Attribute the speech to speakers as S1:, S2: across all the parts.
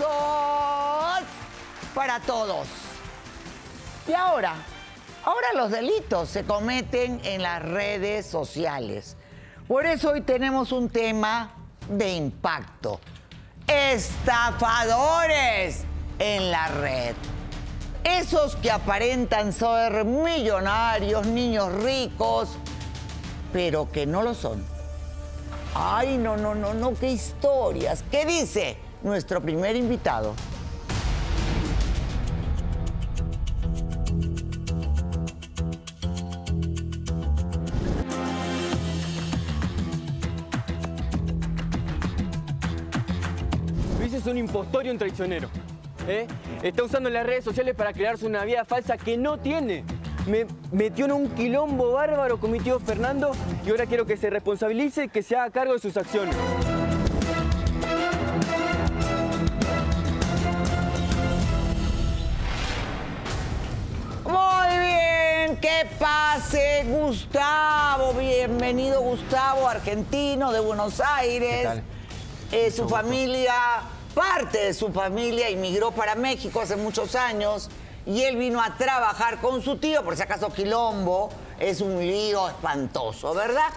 S1: abrazos para todos. Y ahora, ahora los delitos se cometen en las redes sociales. Por eso hoy tenemos un tema de impacto. Estafadores en la red. Esos que aparentan ser millonarios, niños ricos, pero que no lo son. Ay, no, no, no, no, qué historias. ¿Qué dice nuestro primer invitado?
S2: Luis es un impostor y un traicionero. ¿eh? Está usando las redes sociales para crearse una vida falsa que no tiene. Me metió en un quilombo bárbaro con mi tío Fernando y ahora quiero que se responsabilice y que se haga cargo de sus acciones.
S1: Muy bien, que pase Gustavo. Bienvenido Gustavo, argentino de Buenos Aires.
S3: ¿Qué tal?
S1: Eh, su familia, parte de su familia, inmigró para México hace muchos años y él vino a trabajar con su tío, por si acaso Quilombo, es un lío espantoso, ¿verdad?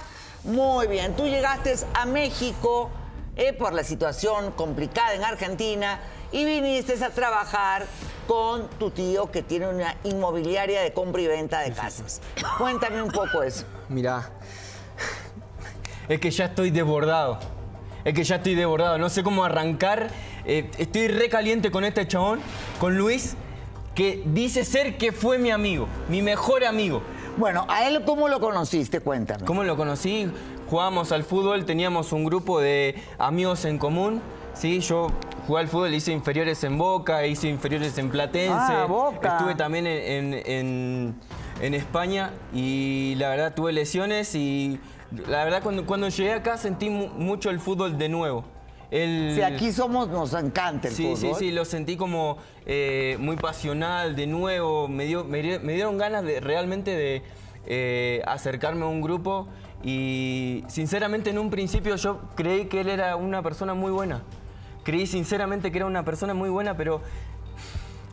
S1: Muy bien, tú llegaste a México eh, por la situación complicada en Argentina y viniste a trabajar con tu tío que tiene una inmobiliaria de compra y venta de casas. Cuéntame un poco eso.
S2: Mirá, es que ya estoy desbordado. Es que ya estoy desbordado. No sé cómo arrancar. Eh, estoy recaliente con este chabón, con Luis, que dice ser que fue mi amigo, mi mejor amigo.
S1: Bueno, ¿a él cómo lo conociste? Cuéntame.
S2: ¿Cómo lo conocí? Jugábamos al fútbol, teníamos un grupo de amigos en común. Sí, yo jugué al fútbol, hice inferiores en Boca, hice inferiores en Platense.
S1: Ah, Boca.
S2: Estuve también en, en- en- en España y la verdad tuve lesiones y la verdad cuando, cuando llegué acá sentí mu- mucho el fútbol de nuevo. El,
S1: Si aquí somos, nos encanta el
S2: sí,
S1: fútbol.
S2: sí, sí, lo sentí como eh, muy pasional de nuevo. Me, dio, me, dio- me dieron ganas de, realmente de eh, acercarme a un grupo y sinceramente en un principio yo creí que él era una persona muy buena. Creí sinceramente que era una persona muy buena, pero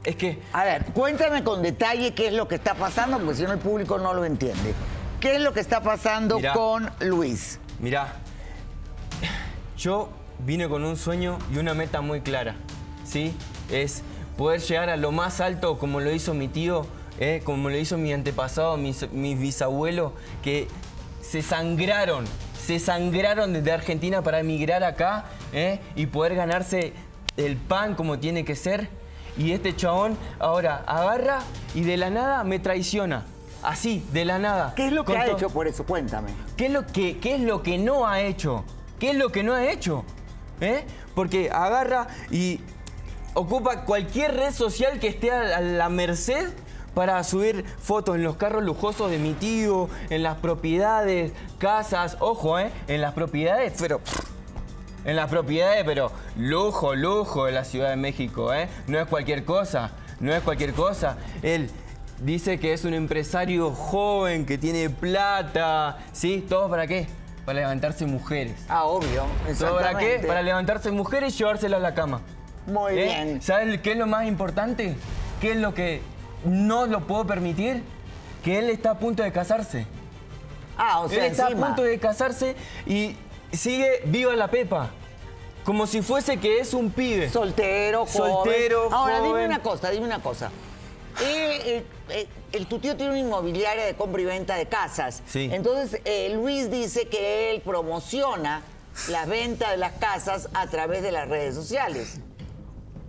S2: es que
S1: A ver, cuéntame con detalle qué es lo que está pasando, porque si no el público no lo entiende. ¿Qué es lo que está pasando
S2: Mirá.
S1: con Luis?
S2: Mirá, yo vine con un sueño y una meta muy clara, ¿sí? Es poder llegar a lo más alto como lo hizo mi tío, ¿eh? como lo hizo mi antepasado, mis, mis bisabuelos, que se sangraron, se sangraron desde Argentina para emigrar acá ¿eh? y poder ganarse el pan como tiene que ser. Y este chabón ahora agarra y de la nada me traiciona. Así, de la nada.
S1: ¿Qué es lo que
S2: Con
S1: ha
S2: to-
S1: hecho por eso? Cuéntame.
S2: ¿Qué es lo que, qué es lo que no ha hecho? ¿Qué es lo que no ha hecho? ¿Eh? Porque agarra y ocupa cualquier red social que esté a a la merced para subir fotos en los carros lujosos de mi tío, en las propiedades, casas, ojo, ¿eh? En las propiedades, pero... En las propiedades, pero lujo, lujo de la Ciudad de México, ¿eh? No es cualquier cosa, no es cualquier cosa. Él dice que es un empresario joven, que tiene plata, ¿sí? ¿Todo para qué? Para levantarse mujeres.
S1: Ah, obvio.
S2: ¿Todo para qué?
S1: exactamente.
S2: Para levantarse mujeres y llevárselas a la cama.
S1: Muy
S2: ¿Eh?
S1: bien.
S2: ¿Sabes qué es lo más importante? ¿Qué es lo que no lo puedo permitir? Que él está a punto de casarse.
S1: Ah, o sea,
S2: Él está
S1: encima.
S2: a punto de casarse y sigue viva la pepa. Como si fuese que es un pibe.
S1: Soltero, joven.
S2: Soltero,
S1: Ahora, dime
S2: joven.
S1: una cosa, dime una cosa. Eh, eh, eh, el, tu tío tiene una inmobiliaria de compra y venta de casas.
S2: Sí.
S1: Entonces, eh, Luis dice que él promociona la venta de las casas a través de las redes sociales.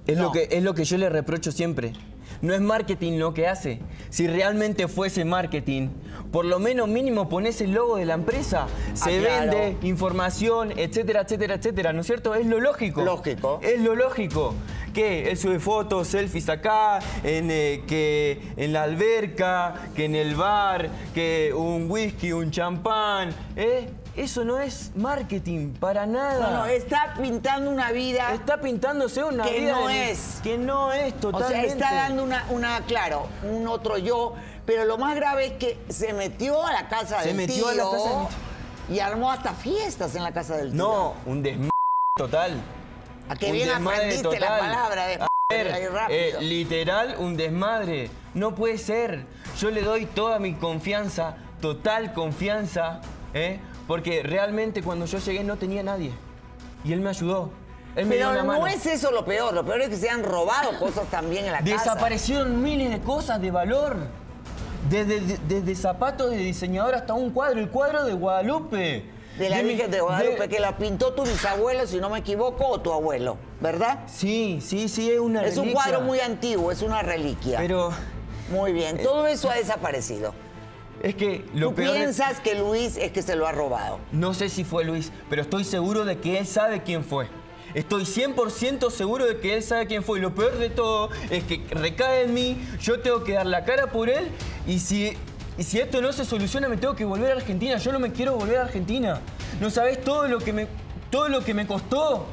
S2: Es,
S1: No.
S2: lo que, es lo que yo le reprocho siempre. No es marketing lo que hace. Si realmente fuese marketing, por lo menos mínimo pones el logo de la empresa. Se
S1: Ah, claro.
S2: vende información, etcétera, etcétera, etcétera. ¿No es cierto? Es lo lógico.
S1: Lógico.
S2: Es lo lógico. Que él sube fotos, selfies acá, en, eh, que en la alberca, que en el bar, que un whisky, un champán. ¿eh? Eso no es marketing para nada.
S1: No, no, está pintando una vida.
S2: Está pintándose una
S1: Ah. Que
S2: vida
S1: no
S2: de-
S1: es.
S2: Que no es
S1: o
S2: totalmente.
S1: sea, está dando una, una, claro, un otro yo. Pero lo más grave es que se metió a la casa
S2: Se
S1: del
S2: metió
S1: tío
S2: a la casa de mi
S1: y armó hasta fiestas en la casa del tío.
S2: No, un desm... total.
S1: A que
S2: un
S1: bien
S2: desmadre
S1: aprendiste la
S2: total.
S1: palabra de
S2: A ver,
S1: ahí rápido.
S2: eh, literal, un desmadre. No puede ser. Yo le doy toda mi confianza, total confianza, ¿eh? Porque realmente cuando yo llegué no tenía nadie. Y él me ayudó. Él me dio
S1: Pero
S2: una
S1: no
S2: mano.
S1: es eso lo peor, lo peor es que se han robado cosas también en la casa.
S2: Desaparecieron miles de cosas de valor. Desde, de- desde zapatos de diseñador hasta un cuadro, el cuadro de Guadalupe.
S1: De la
S2: mi-
S1: Virgen de Guadalupe,
S2: de-
S1: que la pintó tu bisabuelo, si no me equivoco, o tu abuelo, ¿verdad?
S2: Sí, sí, sí, es una
S1: Es un
S2: reliquia.
S1: cuadro muy antiguo, es una reliquia.
S2: Pero
S1: Muy bien, todo eso ha desaparecido.
S2: es que lo
S1: Tú
S2: peor de-
S1: piensas que Luis es que se lo ha robado.
S2: No sé si fue Luis, pero estoy seguro de que él sabe quién fue. Estoy 100% seguro de que él sabe quién fue. Y lo peor de todo es que recae en mí, yo tengo que dar la cara por él y si, y si esto no se soluciona me tengo que volver a Argentina. Yo no me quiero volver a Argentina. No sabes todo lo que me, todo lo que me costó.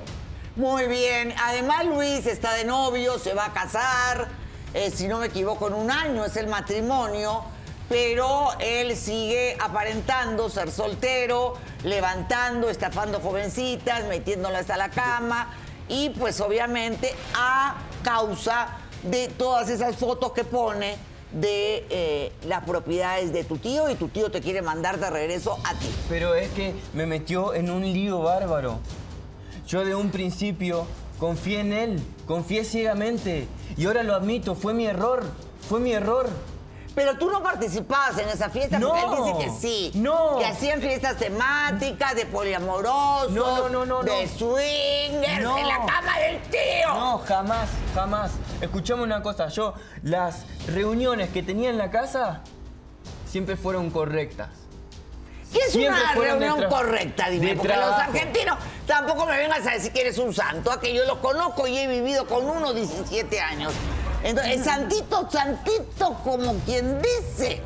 S1: Muy bien, además Luis está de novio, se va a casar, eh, si no me equivoco, en un año es el matrimonio, pero él sigue aparentando ser soltero, levantando, estafando jovencitas, metiéndolas a la cama y pues obviamente a causa de todas esas fotos que pone de eh, las propiedades de tu tío y tu tío te quiere mandar de regreso a ti.
S2: Pero es que me metió en un lío bárbaro. Yo de un principio confié en él, confié ciegamente. Y ahora lo admito, fue mi error, fue mi error.
S1: Pero tú no participabas en esa fiesta porque él
S2: No.
S1: dice que sí.
S2: No.
S1: Que hacían fiestas temáticas, de poliamorosos,
S2: No, no, no, no,
S1: de
S2: no.
S1: swingers,
S2: No.
S1: en la cama del tío.
S2: No, jamás, jamás. Escuchame una cosa, yo las reuniones que tenía en la casa siempre fueron correctas.
S1: ¿Qué es
S2: Siempre
S1: una
S2: fueron de
S1: reunión
S2: tra-
S1: correcta, dime?
S2: de
S1: Porque los
S2: trabajo.
S1: argentinos tampoco me vengas a decir que eres un santo, a que yo lo conozco y he vivido con uno 17 años. Entonces, santitos, santitos, como quien dice,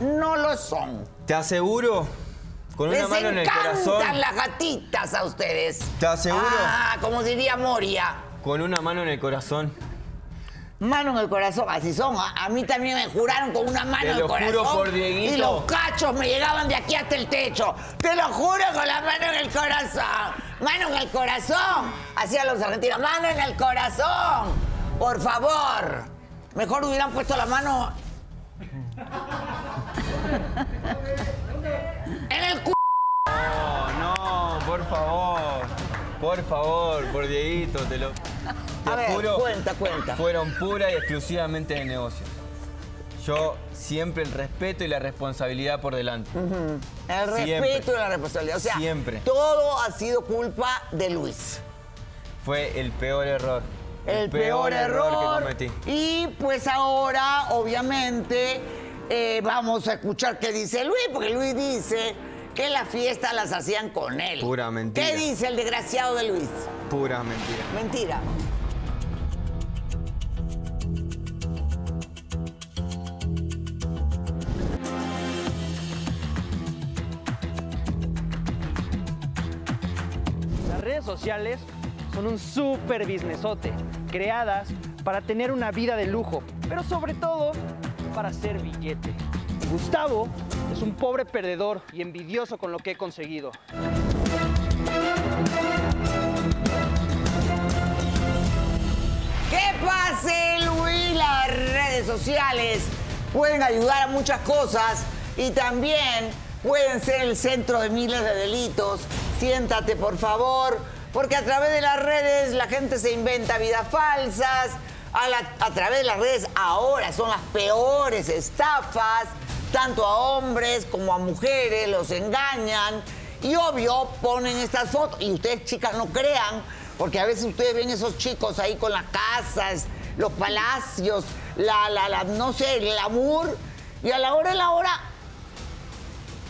S1: no lo son.
S2: Te aseguro, con una
S1: Les
S2: mano en el corazón,
S1: encantan las gatitas a ustedes.
S2: ¿Te aseguro?
S1: Ah, como diría Moria.
S2: con una mano en el corazón,
S1: Mano en el corazón, así son. A, a mí también me juraron con una mano
S2: Te
S1: en el
S2: lo
S1: corazón.
S2: juro por Dieguito.
S1: Y los cachos me llegaban de aquí hasta el techo. Te lo juro con la mano en el corazón. Mano en el corazón. Hacían los argentinos. Mano en el corazón. Por favor. Mejor hubieran puesto la mano. en el cu.
S2: No, no, por favor. Por favor, por Dieguito, te lo. te
S1: A ver,
S2: juro,
S1: cuenta, cuenta.
S2: Fueron pura y exclusivamente de negocio. Yo siempre el respeto y la responsabilidad por delante.
S1: El
S2: Siempre.
S1: respeto y la responsabilidad. O sea,
S2: Siempre.
S1: todo ha sido culpa de Luis.
S2: Fue el peor error.
S1: el, peor, error,
S2: que cometí.
S1: Y pues ahora, obviamente, eh, vamos a escuchar qué dice Luis, porque Luis dice que las fiestas las hacían con él.
S2: Pura mentira.
S1: ¿Qué dice el desgraciado de Luis?
S2: Pura mentira.
S1: Mentira.
S3: Las redes sociales son un super businessote, creadas para tener una vida de lujo, pero sobre todo para hacer billete. Gustavo es un pobre perdedor y envidioso con lo que he conseguido.
S1: ¿Qué pase, Luis? Las redes sociales pueden ayudar a muchas cosas y también pueden ser el centro de miles de delitos. Siéntate, por favor, porque a través de las redes la gente se inventa vidas falsas. A, la- a través de las redes ahora son las peores estafas, tanto a hombres como a mujeres, los engañan. Y obvio, ponen estas fotos. Y ustedes, chicas, no crean, porque a veces ustedes ven esos chicos ahí con las casas, los palacios, la, la, la, no sé, el glamour. Y a la hora de la hora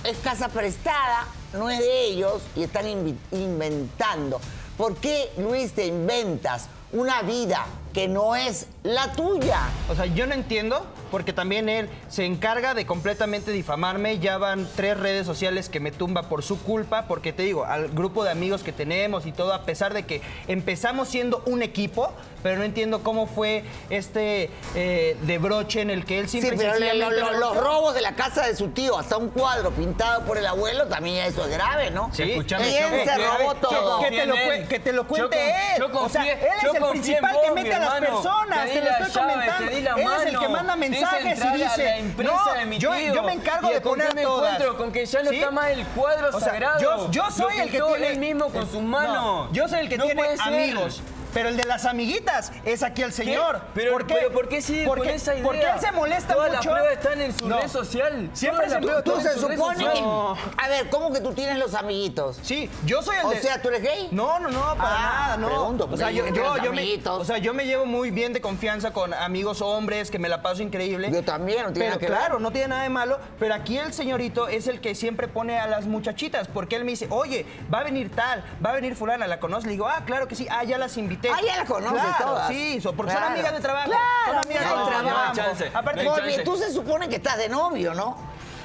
S1: es casa prestada, no es de ellos y están invi- inventando. ¿Por qué, Luis, te inventas una vida que no es la tuya.
S4: O sea, yo no entiendo, porque también él se encarga de completamente difamarme. Ya van tres redes sociales que me tumba por su culpa, porque te digo, al grupo de amigos que tenemos y todo, a pesar de que empezamos siendo un equipo, pero no entiendo cómo fue este eh, de broche en el que él
S1: Sí,
S4: siempre
S1: pero le- lo- lo-
S4: sencillamente-
S1: los robos de la casa de su tío, hasta un cuadro pintado por el abuelo, también eso es grave, ¿no?
S2: Sí, escúchame,
S1: ¿Quién
S2: Choco,
S1: se
S2: que-
S1: robó
S2: que-
S1: todo?
S4: Que te, lo,
S2: Confía en
S4: cue-
S2: él.
S4: que te lo cuente
S2: Yo con-
S4: él.
S2: yo
S4: o sea,
S2: confié-
S4: él es
S2: yo
S4: el
S2: confío en
S4: principal
S2: vos,
S4: que
S2: mi
S4: mete a las
S2: hermano.
S4: personas.
S2: Te
S4: Te
S2: di
S4: lo
S2: la
S4: estoy
S2: llave,
S4: comentando.
S2: te di la
S4: él es el que
S2: mano.
S4: manda
S2: Te hice
S4: mensajes
S2: entrar
S4: y
S2: a la
S4: dice.
S2: empresa
S4: no,
S2: de mi
S4: yo,
S2: tío".
S4: yo me encargo
S2: ¿Y
S4: de
S2: con qué
S4: poner
S2: me
S4: todas.
S2: encuentro? Con que ya no
S4: ¿Sí?
S2: está más el cuadro
S4: O sea,
S2: sagrado.
S4: Yo, yo
S2: Lo
S4: soy el que
S2: pintó
S4: tiene.
S2: él mismo con sus
S4: No,
S2: manos.
S4: yo soy el que
S2: No
S4: tiene
S2: puede ser.
S4: amigos. Pero el de las amiguitas es aquí el señor.
S2: Pero,
S4: ¿Por qué?
S2: pero ¿por qué sigue
S4: porque,
S2: con esa idea?
S4: Porque él se molesta
S2: Todas
S4: mucho.
S2: las pruebas están en su
S4: No.
S2: red social.
S4: Siempre
S2: Todas las
S4: se-
S2: pruebas
S1: Tú
S2: están
S1: se
S2: en su red
S1: supone
S2: social.
S1: que... A ver, ¿cómo que tú tienes los amiguitos?
S4: Sí, yo soy el
S1: O
S4: de...
S1: sea, ¿tú eres gay?
S4: No, no, no, para
S1: Ah,
S4: nada, no.
S1: pregunto,
S4: o, sea,
S1: porque
S4: yo,
S1: yo-
S4: yo- yo me,
S1: amiguitos.
S4: o sea, yo me llevo muy bien de confianza con amigos hombres, que me la paso increíble.
S1: Yo también, no
S4: pero
S1: tiene nada que ver.
S4: claro, no tiene nada de malo, pero aquí el señorito es el que siempre pone a las muchachitas, porque él me dice, oye, va a venir tal, va a venir fulana, ¿la conoces? Le digo, ah, claro que sí, ah, ya las invité.
S1: Ah, ya las conoces
S4: Claro,
S1: todas.
S4: Sí, so- porque
S1: Claro.
S4: son amigas de trabajo.
S1: Claro,
S4: son amigas
S1: amigas de
S4: de
S1: trabajo.
S4: trabajo.
S2: No hay chance,
S4: Aparte,
S2: no hay
S1: Muy
S2: chance.
S1: bien, tú se supone que estás de novio, ¿no?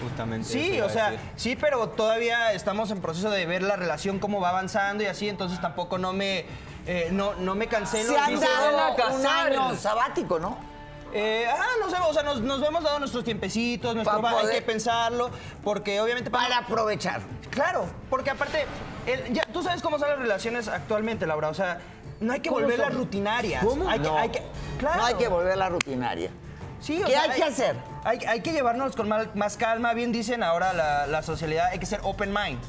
S2: Justamente. eso
S4: Sí,
S2: iba
S4: o
S2: a
S4: sea,
S2: decir.
S4: sí, pero todavía estamos en proceso de ver la relación cómo va avanzando y así, entonces tampoco no me eh, no, no me cancelo.
S1: Se han
S4: ni se van a
S1: dado un
S4: casar.
S1: año sabático, ¿no?
S4: Eh, ah, no sé, o sea, nos, nos hemos dado nuestros tiempecitos, nuestro
S1: Pa'
S4: va- hay
S1: poder-
S4: que pensarlo, porque obviamente para-
S1: Para aprovechar.
S4: Claro, porque aparte, el- ya, tú sabes cómo son las relaciones actualmente, Laura, o sea, no hay que
S1: ¿Cómo
S4: volverlas
S1: son?
S4: rutinarias.
S1: ¿Cómo?
S4: Hay que,
S1: No.
S4: hay que- claro.
S1: No hay que volver a la rutinaria.
S4: Sí, o
S1: ¿Qué
S4: sea,
S1: hay que hacer?
S4: Hay, hay que llevarnos con mal- más calma, bien dicen ahora la, la sociedad, hay que ser open mind.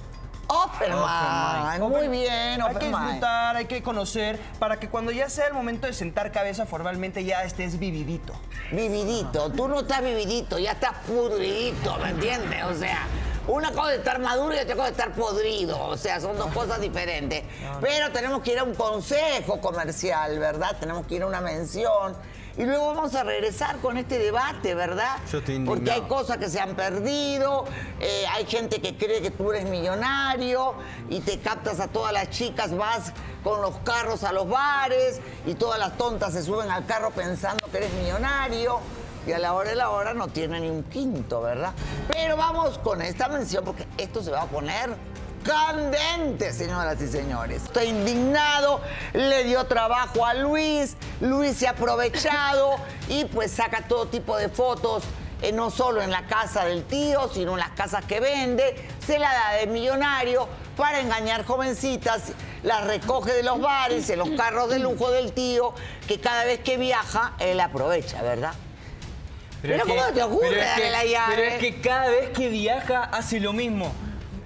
S1: Open mind. Muy
S4: Open-
S1: bien,
S4: Hay
S1: open
S4: que
S1: mind.
S4: disfrutar, hay que conocer, para que cuando ya sea el momento de sentar cabeza formalmente ya estés vividito.
S1: Vividito, tú no estás vividito, ya estás pudridito, ¿me entiendes? O sea, una cosa es estar maduro y otra cosa es estar podrido, o sea, son dos cosas diferentes. Pero tenemos que ir a un consejo comercial, ¿verdad? Tenemos que ir a una mención. Y luego vamos a regresar con este debate, ¿verdad?
S2: Yo estoy
S1: Porque hay
S2: indignado.
S1: cosas que se han perdido, eh, hay gente que cree que tú eres millonario y te captas a todas las chicas, vas con los carros a los bares y todas las tontas se suben al carro pensando que eres millonario y a la hora de la hora no tiene ni un quinto, ¿verdad? Pero vamos con esta mención porque esto se va a poner candente, señoras y señores. Está indignado, le dio trabajo a Luis, Luis se ha aprovechado y pues saca todo tipo de fotos eh, no solo en la casa del tío, sino en las casas que vende, se la da de millonario para engañar jovencitas, las recoge de los bares, en los carros de lujo del tío, que cada vez que viaja, él aprovecha, ¿verdad? Pero
S2: es que-
S1: ¿cómo te ocurre
S2: pero es
S1: darle
S2: que-
S1: la llave?
S2: Pero es que cada vez que viaja hace lo mismo.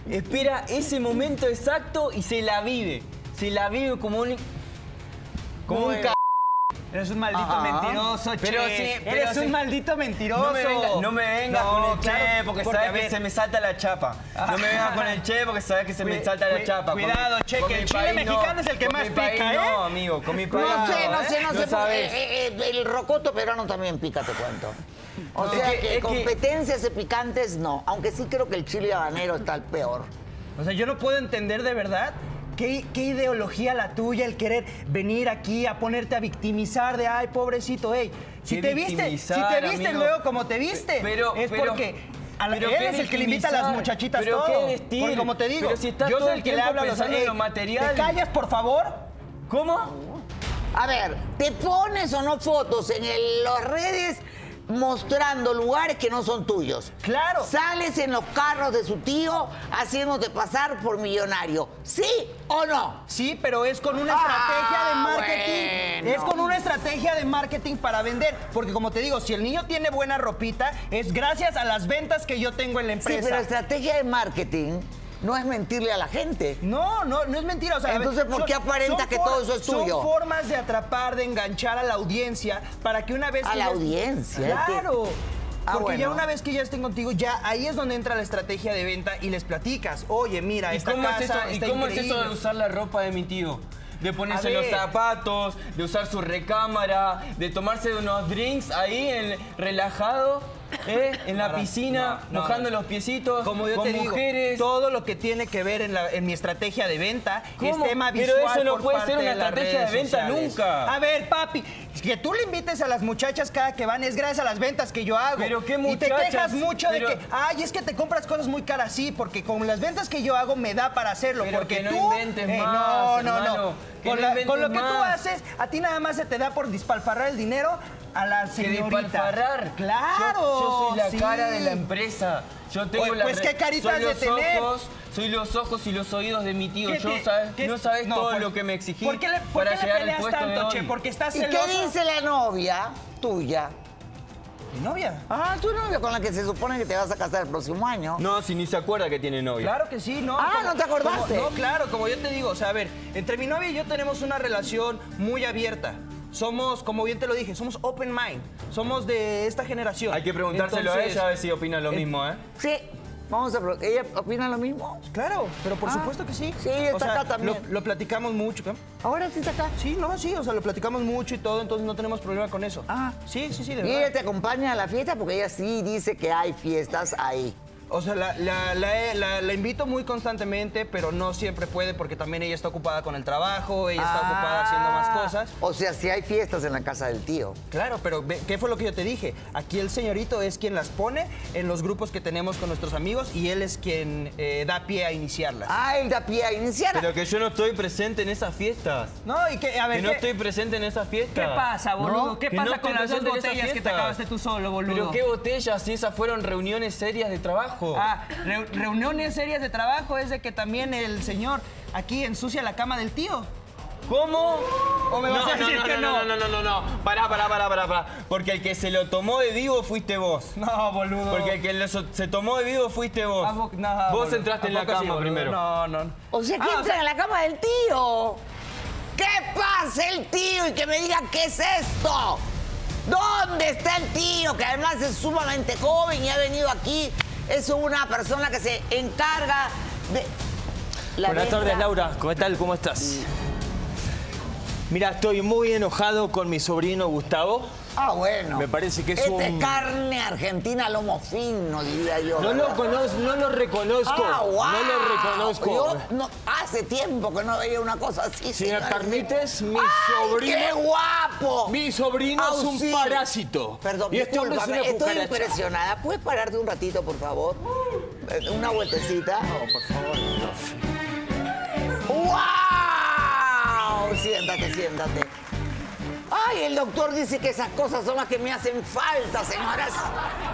S2: Espera ese momento exacto y se la vive. Se la vive como un... Como un
S4: Bueno.
S2: c...
S4: Eres un maldito
S1: Ajá.
S4: mentiroso, che.
S2: Pero sí, pero
S4: Eres
S2: sí.
S4: un maldito mentiroso.
S2: No me vengas venga
S4: No,
S2: con el che
S4: claro, porque,
S2: porque,
S4: a
S2: sabes que
S4: ver,
S2: se me salta la chapa. No me vengas con el che porque sabes que se me
S4: Cuid-
S2: salta la
S4: cuid-
S2: chapa. Con
S4: cuidado,
S2: mi-
S4: che,
S2: con
S4: que
S2: mi
S4: el chile
S2: país
S4: mexicano es el que
S2: con
S4: más
S2: mi país
S4: pica, ¿eh?
S2: No, amigo, con mi país
S1: No sé, no sé, no sé. porque,
S2: ¿eh? sabes.
S1: eh, eh, el rocoto peruano también pica, te cuento. O
S2: No,
S1: sea
S2: es que-
S1: que,
S2: es que-
S1: competencias de picantes no, aunque sí creo que el chile habanero está el peor.
S4: O sea, yo no puedo entender de verdad qué, qué ideología la tuya, el querer venir aquí a ponerte a victimizar de, ay, pobrecito, ey. Si
S2: ¿Qué
S4: te viste, si
S2: victimizar,
S4: te viste
S2: amigo?
S4: luego como te viste,
S2: Pero-
S4: es
S2: pero-
S4: porque... a la-
S2: pero
S4: él
S2: qué
S4: es el que le invita a las
S2: victimizar,
S4: muchachitas
S2: pero
S4: todo.
S2: qué vestir,
S4: Porque como te digo,
S2: pero si estás
S4: yo
S2: todo
S4: soy
S2: el
S4: el que le
S2: tiempo
S4: habla a los
S2: pensando en
S4: ey,
S2: lo material.
S4: ¿Te callas, por favor?
S2: ¿Cómo?
S1: A ver, ¿te pones o no fotos en el- las redes mostrando lugares que no son tuyos?
S4: Claro.
S1: ¿Sales en los carros de su tío haciéndote pasar por millonario? ¿Sí o no?
S4: Sí, pero es con una estrategia de
S1: Ah,
S4: marketing.
S1: bueno.
S4: Es con una estrategia de marketing para vender. Porque como te digo, si el niño tiene buena ropita, es gracias a las ventas que yo tengo en la
S1: Sí,
S4: empresa.
S1: pero estrategia de marketing no es mentirle a la gente.
S4: No, no, no es mentira. o sea, a ver,
S1: Entonces, ¿por qué aparenta
S4: son
S1: que
S4: for-
S1: todo eso es tuyo?
S4: Son formas de atrapar, de enganchar a la audiencia para que una vez
S1: A
S4: que
S1: la
S4: ya-
S1: audiencia, ¿eh?
S4: Claro.
S1: Ah,
S4: Porque ya
S1: bueno.
S4: una vez que ya estén contigo, ya ahí es donde entra la estrategia de venta y les platicas. Oye, mira,
S2: ¿Y
S4: esta
S2: cómo,
S4: casa
S2: es eso, y
S4: está
S2: cómo es
S4: increíble".
S2: eso de usar la ropa de mi tío? De ponerse
S4: A
S2: los
S4: ver.
S2: zapatos, de usar su recámara, de tomarse unos drinks ahí en- relajado. ¿eh? en la
S4: Para-
S2: piscina,
S4: no, no,
S2: mojando
S4: no.
S2: los piecitos,
S4: Como yo
S2: con
S4: te digo,
S2: mujeres.
S4: todo lo que tiene que ver en, la- en mi estrategia de venta
S2: ¿Cómo?
S4: es tema
S2: Pero
S4: visual.
S2: eso no
S4: por
S2: puede
S4: parte
S2: ser una
S4: de las
S2: estrategia
S4: redes
S2: de venta
S4: sociales.
S2: nunca.
S4: A ver, papi, que tú le invites a las muchachas cada que van es gracias a las ventas que yo hago.
S2: Pero, ¿qué
S4: Y te
S2: muchachas?
S4: quejas mucho de
S2: Pero-
S4: que, ay, es que te compras cosas muy caras, sí, porque con las ventas que yo hago me da para hacerlo.
S2: Pero
S4: porque
S2: que no
S4: tú. eh,
S2: inventes más,
S4: no, no,
S2: hermano,
S4: no.
S2: que
S4: Con,
S2: no
S4: la-
S2: inventes
S4: con lo que tú
S2: más.
S4: haces, a ti nada más se te da por dispalfarrar el dinero a la señorita.
S2: despilfarrar.
S4: Claro.
S2: Yo, yo soy la
S4: sí.
S2: cara de la empresa. Yo tengo
S4: Oye,
S2: la
S4: pues,
S2: re-
S4: ¿qué carita
S2: soy
S4: has de
S2: los
S4: tener?
S2: Ojos, soy los ojos y los oídos de mi tío.
S4: ¿Qué
S2: Yo
S4: te-
S2: sabes-
S4: qué-
S2: no sabes
S4: no,
S2: todo
S4: por-
S2: lo que me exigí
S4: ¿Por qué le, por
S2: para
S4: qué le
S2: llegar al
S4: peleas
S2: puesto de
S4: tanto,
S2: hoy.
S4: che? Porque estás
S1: ¿Y
S4: celosa.
S1: qué dice la novia tuya?
S4: Mi novia.
S1: Ah, tu novia con la que se supone que te vas a casar el próximo año.
S2: No, si ni se acuerda que tiene novia.
S4: Claro que sí, ¿no?
S1: Ah, ¿no te acordaste?
S4: como- no, claro, como yo te digo, o sea, a ver, entre mi novia y yo tenemos una relación muy abierta. Somos, como bien te lo dije, somos open mind. Somos de esta generación.
S2: Hay que preguntárselo
S4: Entonces-
S2: a ella a ver si opina lo mismo, ¿eh?
S1: Sí, vamos a... pro- ¿Ella opina lo mismo?
S4: Claro, pero por
S1: Ah,
S4: supuesto que sí.
S1: sí, está
S4: O sea,
S1: acá también.
S4: Lo, lo platicamos mucho, ¿no?
S1: Ahora sí está acá.
S4: Sí, no, sí, o sea, lo platicamos mucho y todo, entonces no tenemos problema con eso.
S1: Ah.
S4: sí, sí, sí, de
S1: ¿Y
S4: verdad.
S1: ella te acompaña a la fiesta? Porque ella sí dice que hay fiestas ahí.
S4: O sea, la, la- la- la- la invito muy constantemente, pero no siempre puede porque también ella está ocupada con el trabajo, ella está
S2: Ah.
S4: ocupada haciendo más cosas.
S1: Ah, O sea, sí hay fiestas en la casa del tío.
S4: Claro, pero ve- ¿qué fue lo que yo te dije? Aquí el señorito es quien las pone en los grupos que tenemos con nuestros amigos y él es quien eh, da pie a iniciarlas.
S1: Ah, él da pie a iniciar.
S2: Pero que yo no estoy presente en esas fiestas.
S4: No, y que, a ver,
S2: Que no
S4: ¿qué-
S2: estoy presente en esas fiestas.
S5: ¿Qué pasa, boludo? ¿Qué
S2: que
S5: pasa
S2: no estoy
S5: con las dos
S2: presente en esas
S5: botellas que te
S2: fiestas.
S5: acabaste tú solo, boludo?
S2: Pero qué botellas, si esas fueron reuniones serias de trabajo.
S4: Ah, reu- reuniones serias de trabajo es de que también el señor aquí ensucia la cama del tío.
S2: ¿Cómo?
S4: ¿O me vas a decir que no?
S2: No, no, no, no, no. Pará, pará, pará, pará, pará. Porque el que se lo tomó de vivo fuiste vos.
S4: No, boludo.
S2: Porque el que lo so- se tomó de vivo fuiste vos.
S4: ¿A poco- no,
S2: vos
S4: boludo.
S2: entraste en
S4: ¿A
S2: la
S4: poco sí,
S2: cama
S4: boludo?
S2: primero.
S4: No, no. no.
S1: O sea, que
S4: Ah,
S1: entra en la cama del tío. ¿Qué pasa el tío y que me diga qué es esto? ¿Dónde está el tío? Que además es sumamente joven y ha venido aquí. Es una persona que se encarga de. la
S6: Buenas
S1: letra.
S6: tardes, Laura. ¿Cómo tal? ¿Cómo estás? Mira, estoy muy enojado con mi sobrino Gustavo.
S1: Ah, bueno.
S6: Me parece que es
S1: este
S6: un-
S1: carne argentina, lomo fino, diría yo.
S6: No lo,
S1: ¿verdad?
S6: conozco, no lo reconozco.
S1: Ah, guau.
S6: No lo reconozco.
S1: Yo no- hace tiempo que no veía una cosa así.
S6: Si me
S1: señores.
S6: permites, mi
S1: ¡Ay,
S6: sobrino.
S1: ¡Qué guapo!
S6: Mi sobrino es un
S1: Auxilio.
S6: parásito.
S1: Perdón,
S6: Y este hombre es
S1: discúlpame,
S6: una
S1: estoy
S6: cucaracha.
S1: impresionada. ¿Puedes pararte un ratito, por favor? Eh, Una vueltecita. No, por favor. ¡Wow! Siéntate, siéntate. Ay, el doctor dice que esas cosas son las que me hacen falta, señoras.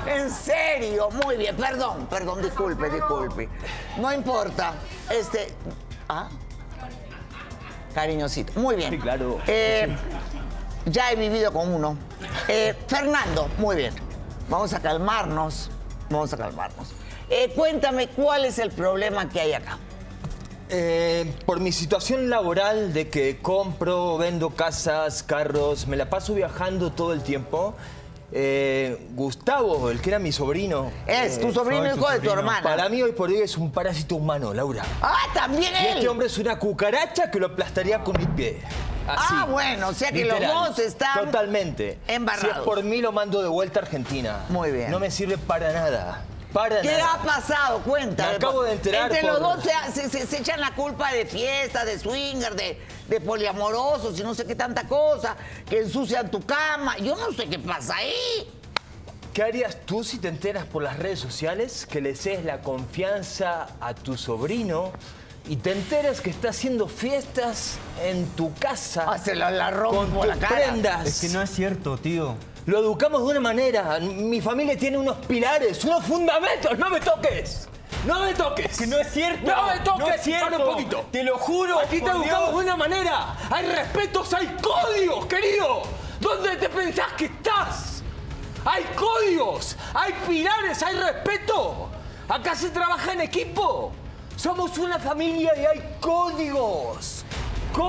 S1: En serio, muy bien. Perdón, perdón, disculpe, disculpe. No importa. Este. ¿Ah? Cariñosito. Muy bien.
S6: Sí, claro.
S1: Eh, ya he vivido con uno. Eh, Fernando, muy bien. Vamos a calmarnos. Vamos a calmarnos. Eh, cuéntame cuál es el problema que hay acá.
S6: Eh, por mi situación laboral de que compro, vendo casas, carros, me la paso viajando todo el tiempo. eh, Gustavo, el que era mi sobrino.
S1: Es tu sobrino,
S6: Eh, soy
S1: hijo de tu hermana.
S6: Para mí hoy por hoy es un parásito humano, Laura.
S1: Ah, también
S6: Y
S1: él.
S6: este hombre es una cucaracha que lo aplastaría con mi pie. Así.
S1: Ah, bueno, o sea que
S6: Literal.
S1: los dos están
S6: Totalmente.
S1: embarrados.
S6: Si es por mí, lo mando de vuelta a Argentina.
S1: Muy bien.
S6: No me sirve para nada. Para
S1: ¿Qué
S6: nada.
S1: ha pasado? Cuéntame.
S6: Me acabo de enterar
S1: Entre los
S6: por-
S1: dos se, se- se- se echan la culpa de fiesta, de swinger, de, de poliamorosos y no sé qué tanta cosa, que ensucian tu cama. Yo no sé qué pasa ahí.
S6: ¿Qué harías tú si te enteras por las redes sociales que le cedes la confianza a tu sobrino y te enteras que está haciendo fiestas en tu casa?
S1: Ah, se la- la rompo
S6: con tus
S1: la cara.
S6: prendas.
S2: Es que no es cierto, tío.
S6: Lo educamos de una manera. Mi familia tiene unos pilares, unos fundamentos. ¡No me toques! ¡No me toques!
S2: Que no es cierto.
S6: ¡No me toques!
S2: No es cierto.
S6: Para un poquito.
S2: Te lo juro,
S6: Aquí te
S2: por
S6: educamos
S2: Dios.
S6: de una manera. Hay respetos, hay códigos, querido. ¿Dónde te pensás que estás? Hay códigos, hay pilares, hay respeto. Acá se trabaja en equipo. Somos una familia y hay códigos.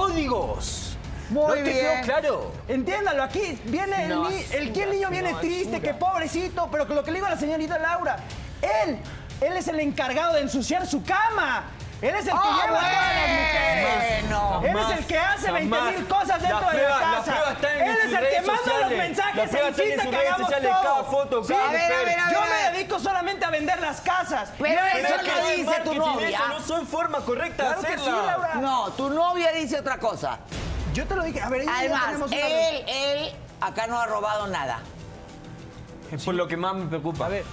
S6: Códigos.
S1: Muy
S6: ¿No te quedó
S1: bien.
S6: claro?
S4: Entiéndalo, aquí viene el, ni- el, que el niño viene triste, que pobrecito, pero que lo que le digo a la señorita Laura, él, él es el encargado de ensuciar su cama. Él es el que
S1: Ah,
S4: lleva a todas las mujeres.
S1: bueno.
S4: Él
S5: Gustavo es el que hace 20 mil cosas dentro de la casa. Él es el que manda los mensajes e incita que hagamos todo.
S2: Cada foto,
S1: Sí,
S2: cada
S1: a ver, a
S2: perfil.
S1: ver, a ver.
S5: Yo me dedico solamente a vender las casas.
S1: Pero
S5: Y
S1: eso
S5: es
S1: lo
S5: que-
S2: no es
S1: dice tu
S2: marketing,
S1: novia.
S2: Eso no son forma correcta
S5: Claro
S2: de
S5: que sí,
S2: hacerla.
S5: Laura.
S1: No, tu novia dice otra cosa.
S4: Yo te lo dije. A ver, ahí ya
S1: Además,
S4: tenemos una-
S1: él, él acá no ha robado nada.
S2: Es por lo que más me preocupa.
S4: A ver.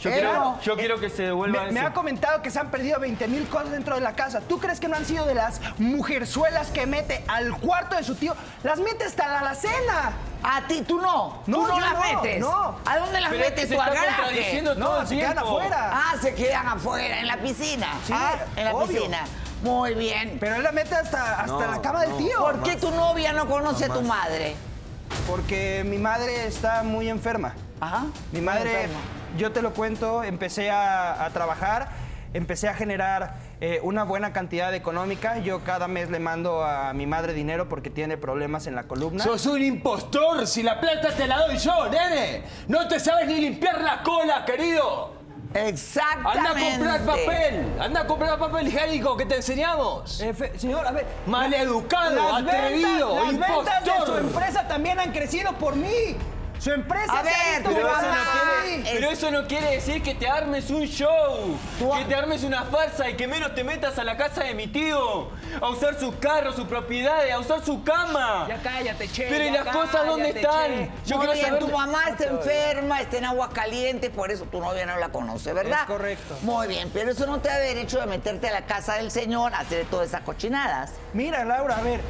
S2: Yo,
S1: Eh,
S2: quiero,
S1: no.
S2: yo quiero que se devuelva
S4: Me,
S2: eso.
S4: me ha comentado que se han perdido 20 mil cosas dentro de la casa. ¿Tú crees que no han sido de las mujerzuelas que mete al cuarto de su tío? Las mete hasta la alacena.
S1: A ti, tú no.
S4: No,
S1: tú no
S4: yo
S1: las
S4: no,
S1: metes.
S4: no.
S1: ¿A dónde las
S2: Pero es que
S1: metes
S2: se
S1: tú? ¿Al
S2: está
S1: garaje?
S2: contradiciendo todo
S4: este No,
S2: el
S4: se quedan
S2: tiempo.
S4: afuera.
S1: Ah, se quedan afuera, en la piscina.
S4: Sí,
S1: ah, en la
S4: obvio.
S1: piscina. Muy bien.
S4: Pero él la mete hasta, hasta
S2: No,
S4: la cama del tío.
S1: ¿Por qué tu novia no conoce a tu madre?
S4: Porque mi madre está muy enferma.
S1: Ajá.
S4: Mi madre,
S1: Enferma.
S4: yo te lo cuento, empecé a, a trabajar, empecé a generar eh, una buena cantidad económica. Yo cada mes le mando a mi madre dinero porque tiene problemas en la columna.
S6: Sos un impostor, si la plata te la doy yo, nene. No te sabes ni limpiar la cola, querido. Anda a
S1: Exactamente.
S6: comprar papel, anda a comprar papel higiénico que te enseñamos.
S5: Eh, fe- señor, a ver.
S6: Maleducado,
S5: las ventas-
S6: atrevido,
S5: las ventas de su
S6: impostor.
S5: empresa también han crecido por mí. Su empresa
S1: A
S5: se ha
S1: ver,
S5: visto
S1: pero
S5: mermada.
S1: eso no
S5: Sí.
S1: quiere-
S2: Pero eso no quiere decir que te armes un show, que te armes una farsa y que menos te metas a la casa de mi tío, a usar sus carros, sus propiedades, a usar su cama.
S5: Ya cállate, che.
S2: Pero ¿y
S5: ya
S2: las cosas dónde
S5: cállate,
S2: están?
S5: che.
S2: Yo
S1: Muy
S2: quiero
S1: bien,
S2: saber-
S1: tu mamá está enferma, está en aguas calientes, por eso tu novia no la conoce, ¿verdad?
S4: Es correcto.
S1: Muy bien, pero eso no te da derecho de meterte a la casa del señor a hacer todas esas cochinadas.
S4: Mira, Laura, a ver,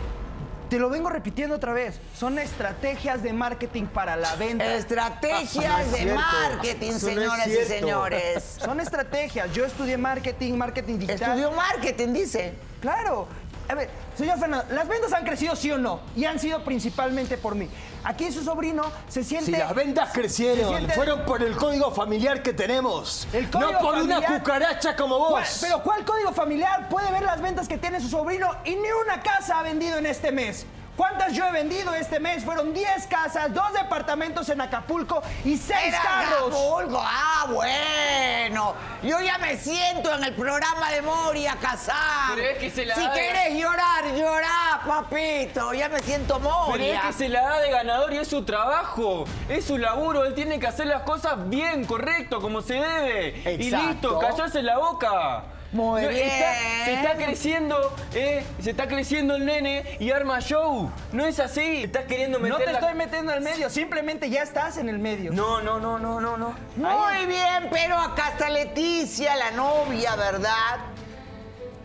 S4: te lo vengo repitiendo otra vez. Son estrategias de marketing para la venta.
S1: Este-
S2: Ah,
S1: Estrategias de marketing, señoras y señores.
S4: Son estrategias. Yo estudié marketing, marketing digital.
S1: Estudió marketing, dice.
S4: Claro. A ver, señor Fernando, las ventas han crecido sí o no y han sido principalmente por mí. Aquí su sobrino se siente
S6: Si las ventas
S4: se
S6: crecieron,
S4: siente-
S6: fueron por el código familiar que tenemos.
S4: El
S6: no
S4: código
S6: por una
S4: familiar-
S6: cucaracha como
S4: ¿Cuál-
S6: vos.
S4: pero ¿cuál código familiar puede ver las ventas que tiene su sobrino y ni una casa ha vendido en este mes? ¿Cuántas yo he vendido este mes? Fueron 10 casas, dos departamentos en Acapulco y 6
S1: Era
S4: carros.
S1: Acapulco. Ah, bueno. Yo ya me siento en el programa de Moria Casar.
S2: Pero es que se la
S1: si
S2: da de-
S1: quieres llorar, llorá, papito. Ya me siento
S2: Pero
S1: Moria.
S2: es que se la da de ganador y es su trabajo, es su laburo, él tiene que hacer las cosas bien, correcto, como se debe. Y
S1: Exacto.
S2: listo, callarse la boca.
S1: Muy
S2: No, está-
S1: bien.
S2: se está creciendo, eh, se está creciendo el nene y arma show. No es así. Estás queriendo
S4: No
S2: meter
S4: te
S2: la-
S4: estoy metiendo al medio, simplemente ya estás en el medio.
S2: No, no, no, no, no, no.
S1: Muy bien, pero acá está Leticia, la novia, ¿verdad?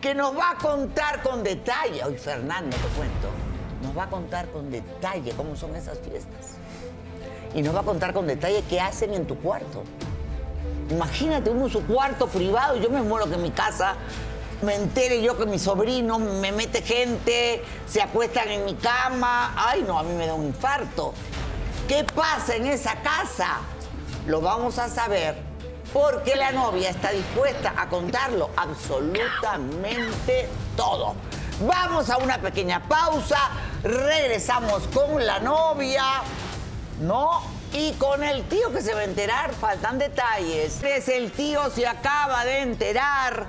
S1: Que nos va a contar con detalle. Hoy Fernando, te cuento. Nos va a contar con detalle cómo son esas fiestas. Y nos va a contar con detalle qué hacen en tu cuarto. Imagínate uno en su cuarto privado. Yo me muero que en mi casa me entere yo que mi sobrino me mete gente, se acuestan en mi cama. Ay, no, a mí me da un infarto. ¿Qué pasa en esa casa? Lo vamos a saber porque la novia está dispuesta a contarlo absolutamente todo. Vamos a una pequeña pausa, regresamos con la novia. No, y con el tío que se va a enterar, faltan detalles. Es el tío se acaba de enterar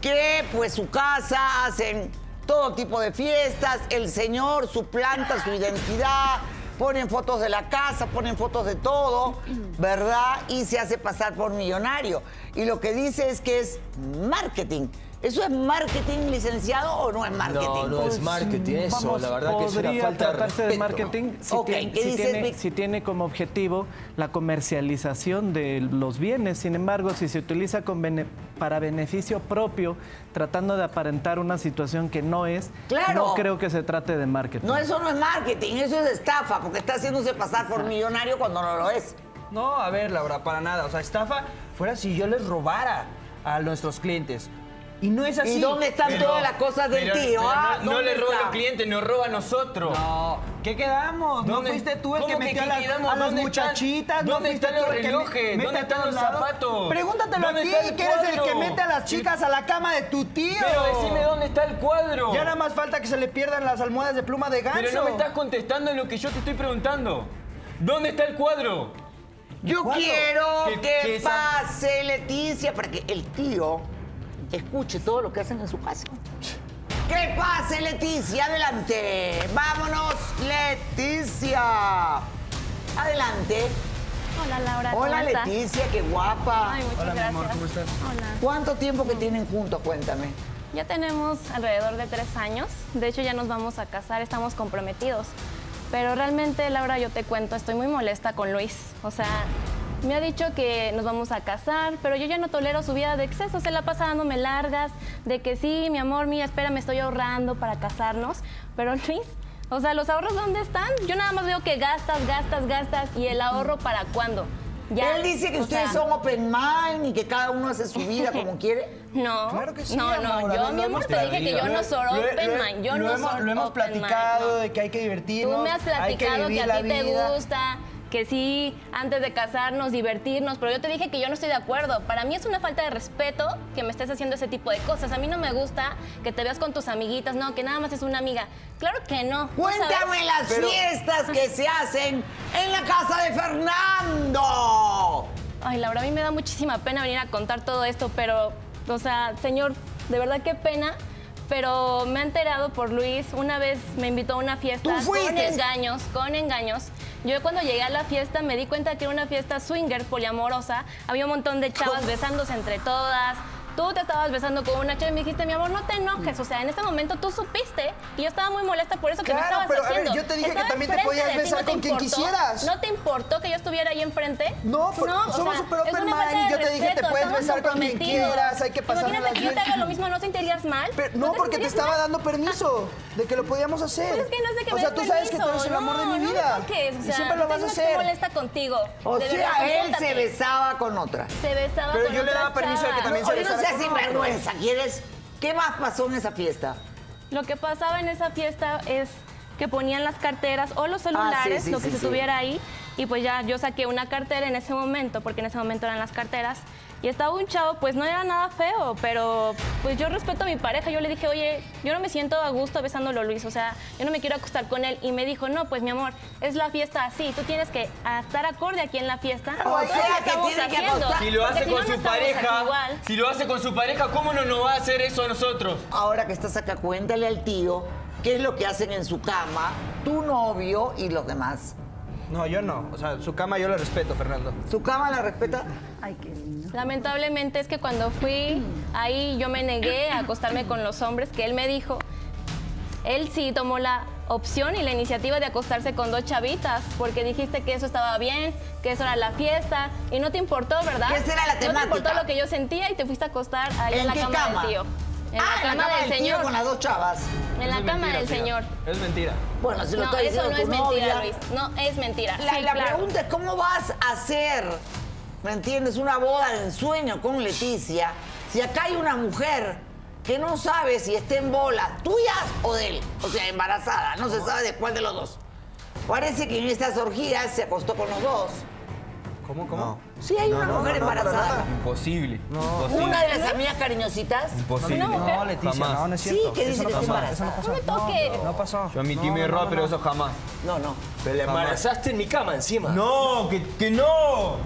S1: que pues su casa hacen todo tipo de fiestas, el señor suplanta su identidad, ponen fotos de la casa, ponen fotos de todo, ¿verdad? Y se hace pasar por millonario. Y lo que dice es que es marketing. ¿Eso es marketing licenciado o no es marketing?
S7: No, no es marketing eso,
S8: Vamos,
S7: la verdad que es una
S8: podría
S7: falta de
S8: tratarse de,
S7: respeto.
S8: marketing si,
S1: Ok,
S8: tiene,
S1: ¿qué
S8: si
S1: dices,
S8: tiene-
S1: Vic?
S8: si tiene como objetivo la comercialización de los bienes. Sin embargo, si se utiliza con bene- para beneficio propio, tratando de aparentar una situación que no es,
S1: Claro.
S8: no creo que se trate de marketing.
S1: No, eso no es marketing, eso es estafa, porque está haciéndose pasar por millonario cuando no lo es.
S4: No, a ver, Laura, para nada. O sea, estafa fuera si yo les robara a nuestros clientes. Y no es así.
S1: ¿Y dónde están todas las cosas del
S2: Pero-
S1: tío?
S2: pero
S1: ah?
S2: no, no le
S1: ¿Dónde
S2: roba a
S1: está?
S2: los clientes, nos roba a nosotros.
S4: No, ¿qué quedamos? ¿No
S2: ¿Dónde-
S4: fuiste tú el que
S2: cómo que
S4: metió a
S2: qué
S4: las,
S2: quedamos?
S4: a las
S2: ¿Dónde están-
S4: muchachitas?
S2: dónde
S4: fuiste
S2: están los
S4: tú el que me-
S2: relojes?
S4: mete
S2: ¿Dónde
S4: a
S2: están
S4: todos
S2: los
S4: lados?
S2: zapatos?
S4: Pregúntatelo a
S2: ¿Dónde
S4: ti,
S2: está el
S4: que eres el que
S2: cuadro?
S4: mete a las chicas a la cama de tu tío.
S2: Pero decime dónde está el cuadro.
S4: Ya nada más falta que se le pierdan las almohadas de pluma de ganso.
S2: Pero no me estás contestando en lo que yo te estoy preguntando. ¿Dónde está el cuadro?
S1: Yo
S2: ¿Cuándo?
S1: quiero
S2: ¿Qué-
S1: que
S2: qué es esa-
S1: pase Leticia para que el tío escuche todo lo que hacen en su casa. ¿Qué pase, Leticia? Adelante. Vámonos, Leticia. Adelante.
S7: Hola Laura, ¿cómo
S1: Hola,
S7: estás?
S1: Leticia, qué guapa.
S7: Ay, muchas gracias. Hola.
S1: ¿Cuánto tiempo que tienen juntos? Cuéntame.
S7: Ya tenemos alrededor de tres años. De hecho, ya nos vamos a casar, estamos comprometidos. Pero realmente, Laura, yo te cuento, estoy muy molesta con Luis. O sea, me ha dicho que nos vamos a casar, pero yo ya no tolero su vida de exceso. Se la pasa dándome largas, de que sí, mi amor, mira, espera, me estoy ahorrando para casarnos. Pero Luis, o sea, ¿los ahorros dónde están? Yo nada más veo que gastas, gastas, gastas. ¿Y el ahorro para cuándo? Ya,
S1: Él dice que
S7: o
S1: ustedes
S7: sea,
S1: son open mind y que cada uno hace su vida como quiere.
S7: No,
S4: Claro que sí,
S7: no, no,
S4: Laura,
S7: yo,
S4: lo
S7: mi amor,
S4: hemos
S7: te dije que yo no soy
S4: Lo he-
S7: open
S4: lo he-
S7: mind, yo
S4: lo
S7: no
S4: hemos,
S7: soy
S4: Lo hemos
S7: open mind,
S4: platicado
S7: no.
S4: de que hay que divertirnos.
S7: Tú me has
S4: hay
S7: platicado que,
S4: vivir la
S7: a ti te
S4: vida.
S7: gusta, que sí, antes de casarnos, divertirnos, pero yo te dije que yo no estoy de acuerdo. Para mí es una falta de respeto que me estés haciendo ese tipo de cosas. A mí no me gusta que te veas con tus amiguitas, no, que nada más es una amiga. Claro que no. tú sabes.
S1: Cuéntame las fiestas que se hacen en la casa de Fernando.
S7: Ay, Laura, a mí me da muchísima pena venir a contar todo esto, pero, o sea, señor, de verdad qué pena. Pero me he enterado por Luis, una vez me invitó a una fiesta
S1: ¿Tú
S7: con
S1: fuiste?
S7: engaños, con engaños. Yo cuando llegué a la fiesta me di cuenta que era una fiesta swinger poliamorosa. Había un montón de chavas besándose entre todas. Tú te estabas besando con una chava y me dijiste, mi amor, no te enojes. O sea, en este momento tú supiste y yo estaba muy molesta por eso que me
S4: Claro,
S7: estabas
S4: pero, a ver,
S7: haciendo.
S4: yo te dije que
S7: Estaba
S4: también te
S7: enfrente
S4: podías
S7: de ti,
S4: besar
S7: ¿no te
S4: con quien
S7: importó?
S4: quisieras.
S7: ¿No te importó que yo estuviera ahí enfrente?
S4: No, pero
S7: o
S4: somos
S7: sea,
S4: super
S7: es
S4: open
S7: una falta
S4: mind,
S7: de
S4: yo te dije, te
S7: respeto,
S4: puedes
S7: estamos
S4: besar con quien
S7: comprometidos.
S4: quieras, hay que pasarla
S7: Imagínate que yo
S4: bien.
S7: te haga lo mismo, ¿no sentirías mal?
S4: Pero- no, porque te
S7: sentirías
S4: estaba
S7: mal?
S4: dando permiso de que lo podíamos hacer.
S7: Pero Pues es que no es de que
S4: O
S7: me
S4: sea,
S7: des
S4: tú sabes que tú
S7: permiso,
S4: eres el amor de mi
S7: no, No
S4: vida.
S7: me toques, o
S4: y
S7: sea,
S4: siempre lo vas a
S7: entonces
S4: hacer.
S7: No estoy molesta contigo.
S1: O
S7: De
S1: sea,
S7: verdad,
S1: él se
S7: compórtate.
S1: besaba con otra.
S7: Se besaba
S4: Pero
S7: con
S4: yo le
S7: otra
S4: daba permiso de que
S7: chava.
S4: también se
S1: Oye, no
S4: besara
S1: seas
S4: con
S1: sinvergüenza, ¿quieres? ¿Qué más pasó en esa fiesta?
S7: Lo que pasaba en esa fiesta es que ponían las carteras o los celulares,
S1: Ah, sí,
S7: lo
S1: sí,
S7: que
S1: sí,
S7: se
S1: sí.
S7: tuviera ahí, y pues ya yo saqué una cartera en ese momento, porque en ese momento eran las carteras, y estaba un chavo, pues no era nada feo, pero pues yo respeto a mi pareja, yo le dije, oye, yo no me siento a gusto besándolo Luis, o sea, yo no me quiero acostar con él, y me dijo, no, pues mi amor, es la fiesta así, tú tienes que estar acorde aquí en la fiesta.
S1: O
S7: Eso es
S1: sea,
S7: lo
S1: que
S7: estamos
S1: tiene que
S7: haciendo,
S1: acostar-
S2: Si lo
S7: porque
S2: hace
S7: si
S2: con
S7: no, no
S2: su
S7: estamos aquí
S2: pareja,
S7: igual.
S2: si lo hace con su pareja, ¿cómo no nos va a hacer eso a nosotros?
S1: Ahora que estás acá, cuéntale al tío qué es lo que hacen en su cama, tu novio y los demás.
S4: No, yo no. O sea, su cama yo la respeto, Fernando.
S1: ¿Su cama la respeta?
S7: Lamentablemente es que cuando fui ahí yo me negué a acostarme con los hombres que él me dijo. Él sí tomó la opción y la iniciativa de acostarse con dos chavitas porque dijiste que eso estaba bien, que eso era la fiesta y no te importó, ¿verdad?
S1: Que esa era la
S7: No te importó
S1: temática.
S7: lo que yo sentía y te fuiste a acostar ahí en,
S1: ¿En
S7: la
S1: qué
S7: cama,
S1: cama?
S7: del tío. En
S1: ah,
S7: la cama, del
S1: tío
S7: señor.
S1: con las dos chavas.
S7: En la
S4: Eso es
S7: cama
S4: mentira,
S7: del
S4: tía.
S7: señor.
S4: Es mentira.
S1: Bueno, si lo
S7: No,
S1: está
S7: eso
S1: diciendo
S7: no
S1: tu
S7: es
S1: novia.
S7: mentira, Luis. No es mentira.
S1: La,
S7: Sí,
S1: la
S7: claro.
S1: pregunta es cómo vas a hacer, ¿me entiendes? Una boda de ensueño con Leticia si acá hay una mujer que no sabe si está en bolas tuyas o de él, o sea, embarazada, no se sabe de cuál de los dos. Parece que en estas orgías se acostó con los dos.
S4: ¿Cómo, cómo?
S1: Sí, hay una mujer
S4: no, para
S1: embarazada.
S4: nada.
S2: Imposible.
S1: Una de las amigas cariñositas.
S2: Imposible.
S7: No, No, pero-
S4: Leticia,
S2: Jamás.
S4: no, no es
S1: Sí,
S4: cierto.
S1: que dice
S4: Eso no
S1: que está
S4: pasó,
S1: embarazada.
S4: eso
S7: No
S4: pasó.
S7: me toques.
S4: No, no pasó.
S2: Yo admití
S4: No,
S2: mi
S4: no,
S2: error,
S4: no,
S2: pero
S4: no.
S2: eso jamás.
S1: No, no.
S2: Te la embarazaste.
S6: Embarazaste en mi cama encima.
S2: No, que, que no.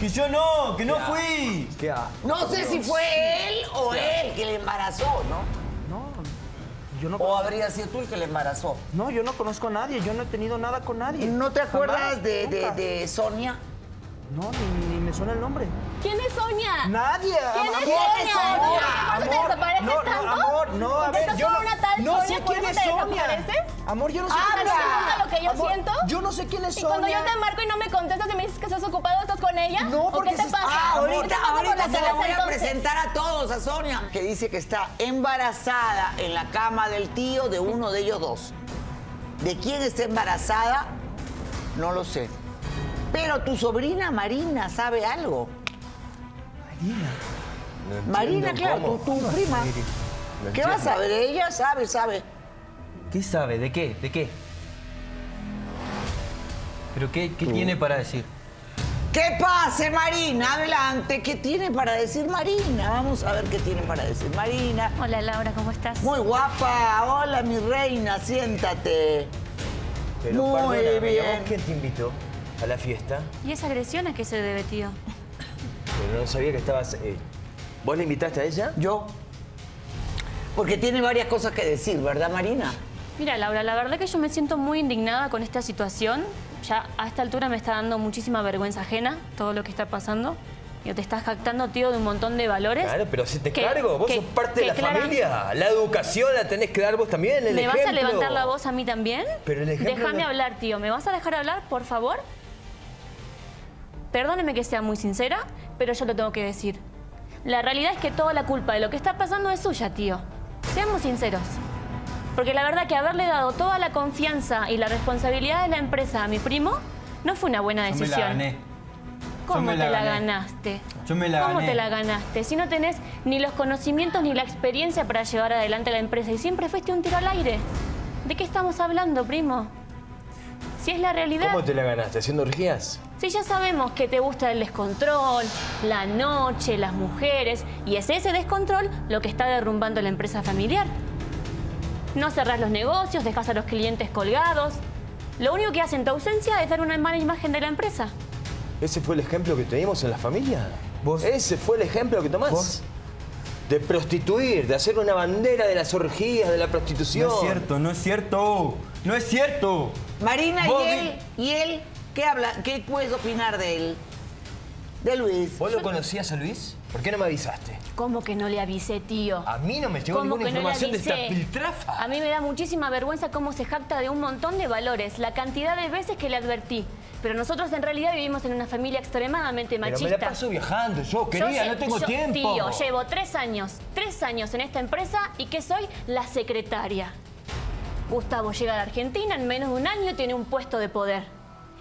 S2: Que yo no, que no fui.
S4: ¿Qué ha-
S1: No sé si fue él o él que le embarazó, ¿no?
S4: No, yo no
S1: O habría sido tú el que le embarazó.
S4: No, yo no conozco a nadie, yo no he tenido nada con nadie.
S1: ¿No te acuerdas
S4: Jamás,
S1: de, de-
S4: nunca.
S1: de Sonia?
S4: No, ni, ni me suena el nombre.
S7: ¿Quién es Sonia?
S4: Nadie.
S7: ¿Quién
S4: am-
S7: es
S1: ¿Quién
S7: Sonia?
S1: es
S7: ¿Por qué te desapareces
S4: no,
S7: tanto?
S4: No, amor, no, a
S7: ¿Te
S4: ver,
S7: tocó
S4: yo no,
S7: una tal
S4: no
S7: Sonia,
S4: sé
S7: por
S4: quién es
S7: eso te
S4: Sonia.
S7: desapareces?
S4: Amor, yo no sé
S7: Ah,
S4: quién
S7: ¿no
S4: es Sonia.
S7: te gusta lo que yo
S4: Amor,
S7: siento?
S4: Yo no sé quién es
S7: Y
S4: Sonia.
S7: cuando yo te marco y no me contestas y me dices que estás ocupado, ¿estás con ella?
S4: No,
S7: ¿O
S4: porque
S7: qué te
S4: eso es-
S7: pasa?
S1: Ah,
S7: ¿Qué te
S1: ahorita,
S7: pasa por
S1: ahorita se la
S7: cabeza,
S1: voy a
S7: entonces?
S1: presentar a todos, a Sonia, que dice que está embarazada en la cama del tío de uno de ellos dos. ¿De quién está embarazada? No lo sé. Pero tu sobrina Marina sabe algo. Marina, claro, tu, tu prima. ¿Qué va a saber? Ella sabe, sabe.
S2: ¿Qué sabe? ¿De qué? ¿De qué? ¿Pero qué, qué tiene para decir?
S1: ¿Qué pase, Marina? Adelante. ¿Qué tiene para decir Marina? Vamos a ver qué tiene para decir Marina.
S9: Hola Laura, ¿cómo estás?
S1: Muy guapa, hola mi reina, siéntate. Muy bien.
S2: te invitó a la fiesta?
S9: ¿Y esa agresión a qué se debe, tío?
S2: eh, Pero no sabía que estabas... ¿Vos la invitaste a ella?
S1: Yo, Porque tiene varias cosas que decir, ¿verdad, Marina?
S9: Mira, Laura, la verdad que yo me siento muy indignada con esta situación. Ya a esta altura me está dando muchísima vergüenza ajena todo lo que está pasando. Yo te estás jactando, tío, de un montón de valores.
S10: Claro, pero si te
S9: que-
S10: cargo, vos
S9: que-
S10: sos parte de la
S9: que claran-
S10: familia. La educación la tenés que dar vos también. El
S9: ¿Me vas a
S10: ejemplo.
S9: levantar la voz a mí también?
S10: Pero el ejemplo
S9: Déjame
S10: no-
S9: hablar, tío. ¿Me vas a dejar hablar, por favor? Perdóneme que sea muy sincera, pero yo lo tengo que decir. La realidad es que toda la culpa de lo que está pasando es suya, tío. Seamos sinceros. Porque la verdad que haberle dado toda la confianza y la responsabilidad de la empresa a mi primo no fue una buena
S2: Yo me la
S9: decisión.
S2: gané.
S9: ¿Cómo
S2: me la
S9: te la
S2: gané.
S9: ganaste?
S2: Yo me la
S9: ¿Cómo
S2: gané.
S9: te la ganaste? Si no tenés ni los conocimientos ni la experiencia para llevar adelante la empresa y siempre fuiste un tiro al aire. ¿De qué estamos hablando, primo? Si es la realidad,
S10: ¿Cómo te la ganaste? ¿Haciendo orgías?
S9: si ya sabemos que te gusta el descontrol, la noche, las mujeres, y es ese descontrol lo que está derrumbando la empresa familiar. No cerrás los negocios, dejas a los clientes colgados. Lo único que hace en tu ausencia es dar una mala imagen de la empresa.
S10: ¿Ese fue el ejemplo que teníamos en la familia? ¿Eh? ¿Vos? ¿Ese fue el ejemplo que tomás?
S2: ¿Vos?
S10: De prostituir, de hacer una bandera de las orgías, de la prostitución.
S2: No es cierto, no es cierto. No es cierto.
S1: Marina,
S2: Vos
S1: ¿y
S2: di-
S1: él? ¿Y él? ¿Qué habla? ¿Qué puedes opinar de él? De Luis.
S10: ¿Vos lo conocías a Luis? ¿Por qué no me avisaste?
S9: ¿Cómo que no le avisé, tío?
S10: A mí no me llegó
S9: ¿Cómo
S10: ninguna
S9: que no le
S10: información de esta
S9: avisé?
S10: piltrafa.
S9: A mí me da muchísima vergüenza cómo se jacta de un montón de valores, la cantidad de veces que le advertí. Pero nosotros en realidad vivimos en una familia extremadamente
S10: Pero
S9: machista.
S10: me la paso viajando, yo,
S9: Yo
S10: querida,
S9: lle-
S10: no tengo
S9: yo,
S10: tiempo.
S9: Tío, llevo tres años, tres años en esta empresa y que soy la secretaria. Gustavo llega a la Argentina, en menos de un año tiene un puesto de poder.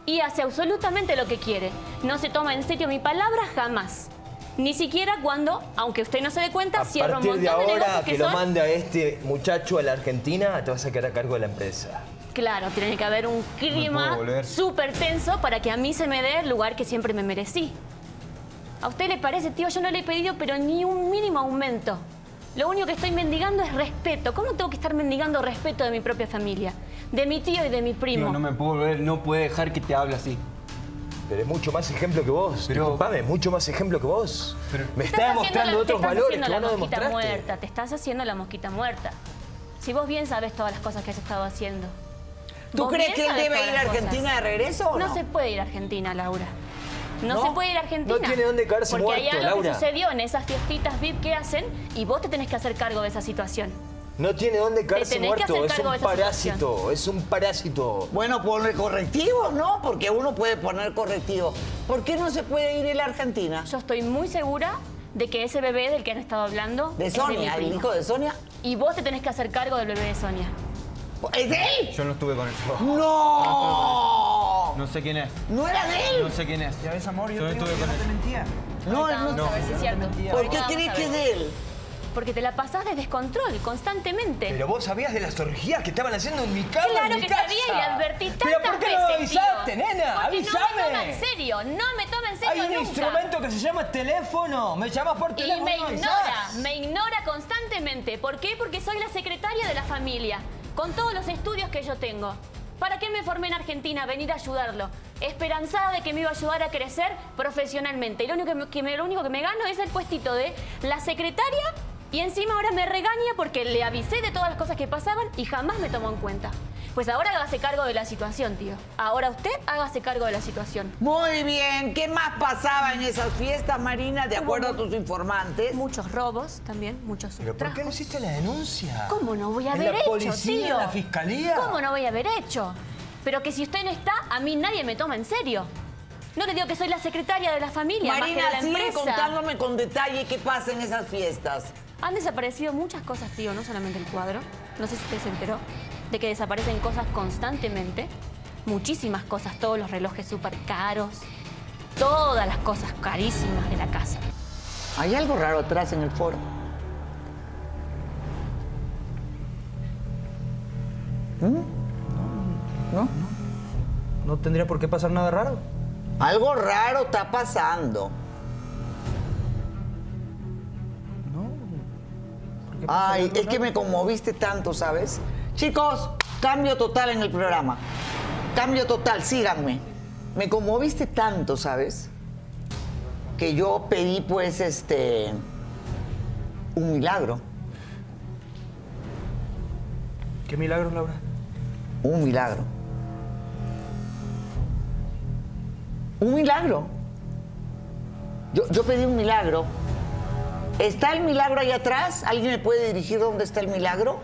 S9: Y hace absolutamente lo que quiere. No se toma en serio mi palabra jamás. Ni siquiera cuando, aunque usted no se dé cuenta,
S10: A
S9: cierra un
S10: partir
S9: montón
S10: de
S9: de
S10: ahora
S9: negocios
S10: que,
S9: que
S10: lo
S9: son
S10: mande a este muchacho a la Argentina, te vas a quedar a cargo de la empresa.
S9: Claro, tiene que haber un clima
S2: volver.
S9: súper tenso para que a mí se me dé el lugar que siempre me merecí. ¿A usted le parece, tío? Yo no le he pedido, pero ni un mínimo aumento. Lo único que estoy mendigando es respeto. ¿Cómo tengo que estar mendigando respeto de mi propia familia? De mi tío y de mi primo.
S2: Tío, no me puedo volver, no puede dejar que te hable así.
S10: Pero es mucho más ejemplo que vos.
S2: Pero-
S10: Disculpame, es mucho más ejemplo que vos. me
S9: Te
S10: está
S9: estás haciendo
S10: demostrando
S9: la-
S10: otros
S9: te estás
S10: valores
S9: haciendo
S10: que vos no
S9: la mosquita
S10: demostraste.
S9: muerta, te estás haciendo la mosquita muerta. Si vos bien sabes todas las cosas que has estado haciendo.
S1: ¿Tú
S9: Vos
S1: crees
S9: bien
S1: que él
S9: sabés
S1: debe
S9: todas
S1: ir a
S9: las cosas.
S1: Argentina de regreso o
S9: No,
S1: no?
S9: se puede ir a Argentina, Laura. No, se puede ir a Argentina.
S10: No tiene dónde caerse
S9: Porque hay
S10: muerto,
S9: algo que
S10: Laura.
S9: sucedió en esas fiestitas VIP que hacen y vos te tenés que hacer cargo de esa situación.
S10: No tiene dónde caerse
S9: tenés que
S10: muerto,
S9: hacer
S10: es
S9: cargo de
S10: un
S9: esa
S10: parásito, es un parásito.
S1: Bueno, poner correctivos, ¿no? Porque uno puede poner correctivos. ¿Por qué no se puede ir él a Argentina?
S9: Yo estoy muy segura de que ese bebé del que han estado hablando
S1: De
S9: es de mi
S1: Sonia, el
S9: primo.
S1: hijo de Sonia.
S9: Y vos te tenés que hacer cargo del bebé de Sonia.
S1: ¿Es de él?
S2: Yo no estuve con él.
S1: ¡No!
S2: No sé quién es,
S1: ¿No era de
S2: no
S1: él?
S2: sé quién es.
S4: Ya ves, amor, yo,
S2: Yo
S4: te digo
S2: estuve
S4: que
S2: con
S4: no te
S2: él.
S4: mentía.
S1: No,
S9: Ahorita
S1: no.
S9: vamos a ver si es cierto.
S1: ¿Por
S9: Ahorita
S1: qué
S9: vamos
S1: crees
S9: a
S1: que es
S9: ver.
S1: de él?
S9: Porque te la pasás de descontrol constantemente.
S10: Pero vos sabías de las orgías que estaban haciendo en mi cama,
S9: Claro
S10: en mi
S9: que
S10: casa.
S9: sabía y le advertí tantas
S10: Pero ¿por qué
S9: veces,
S10: no me avisaste,
S9: tío?
S10: nena?
S9: Porque No me toma
S10: Avísame.
S9: en serio, no me toma en
S10: Hay
S9: serio
S10: un
S9: nunca.
S10: instrumento que se llama teléfono. Me llamas por
S9: Y
S10: teléfono.
S9: me
S10: no
S9: ignora,
S10: avisás.
S9: me ignora constantemente. ¿Por qué? Porque soy la secretaria de la familia, con todos los estudios que yo tengo. ¿Para qué me formé en Argentina? Venir a ayudarlo. Esperanzada de que me iba a ayudar a crecer profesionalmente. Y lo único que me, que me- lo único que me gano es el puestito de la secretaria y encima ahora me regaña porque le avisé de todas las cosas que pasaban y jamás me tomó en cuenta. Pues ahora hágase cargo de la situación, tío. Ahora usted hágase cargo de la situación.
S1: Muy bien. ¿Qué más pasaba en esas fiestas, Marina, de acuerdo a tus informantes?
S9: Muchos robos también, muchos
S10: ¿Pero por qué no
S9: ultrajos.
S10: hiciste la denuncia?
S9: ¿Cómo no voy a
S10: ¿En
S9: haber
S10: la
S9: hecho,
S10: policía,
S9: tío?
S10: en la fiscalía?
S9: ¿Cómo no voy a haber hecho? Pero que si usted no está, a mí nadie me toma en serio. No le digo que soy la secretaria de la familia,
S1: Marina,
S9: más que de la
S1: sigue
S9: empresa.
S1: contándome con detalle qué pasa en esas fiestas.
S9: Han desaparecido muchas cosas, tío, no solamente el cuadro. No sé si usted se enteró de que desaparecen cosas constantemente. Muchísimas cosas, todos los relojes súper caros, todas las cosas carísimas de la casa.
S1: Hay algo raro atrás en el foro.
S4: No tendría por qué pasar nada raro.
S1: Algo raro está pasando. Ay, es que me conmoviste tanto, ¿sabes? Chicos, cambio total en el programa. Cambio total, síganme. Me conmoviste tanto, ¿sabes? Que yo pedí, pues, este. un milagro.
S4: Qué milagro, Laura.
S1: Un milagro. Un milagro. Yo, yo pedí un milagro. ¿Está el milagro ahí atrás? ¿Alguien me puede dirigir dónde está el milagro?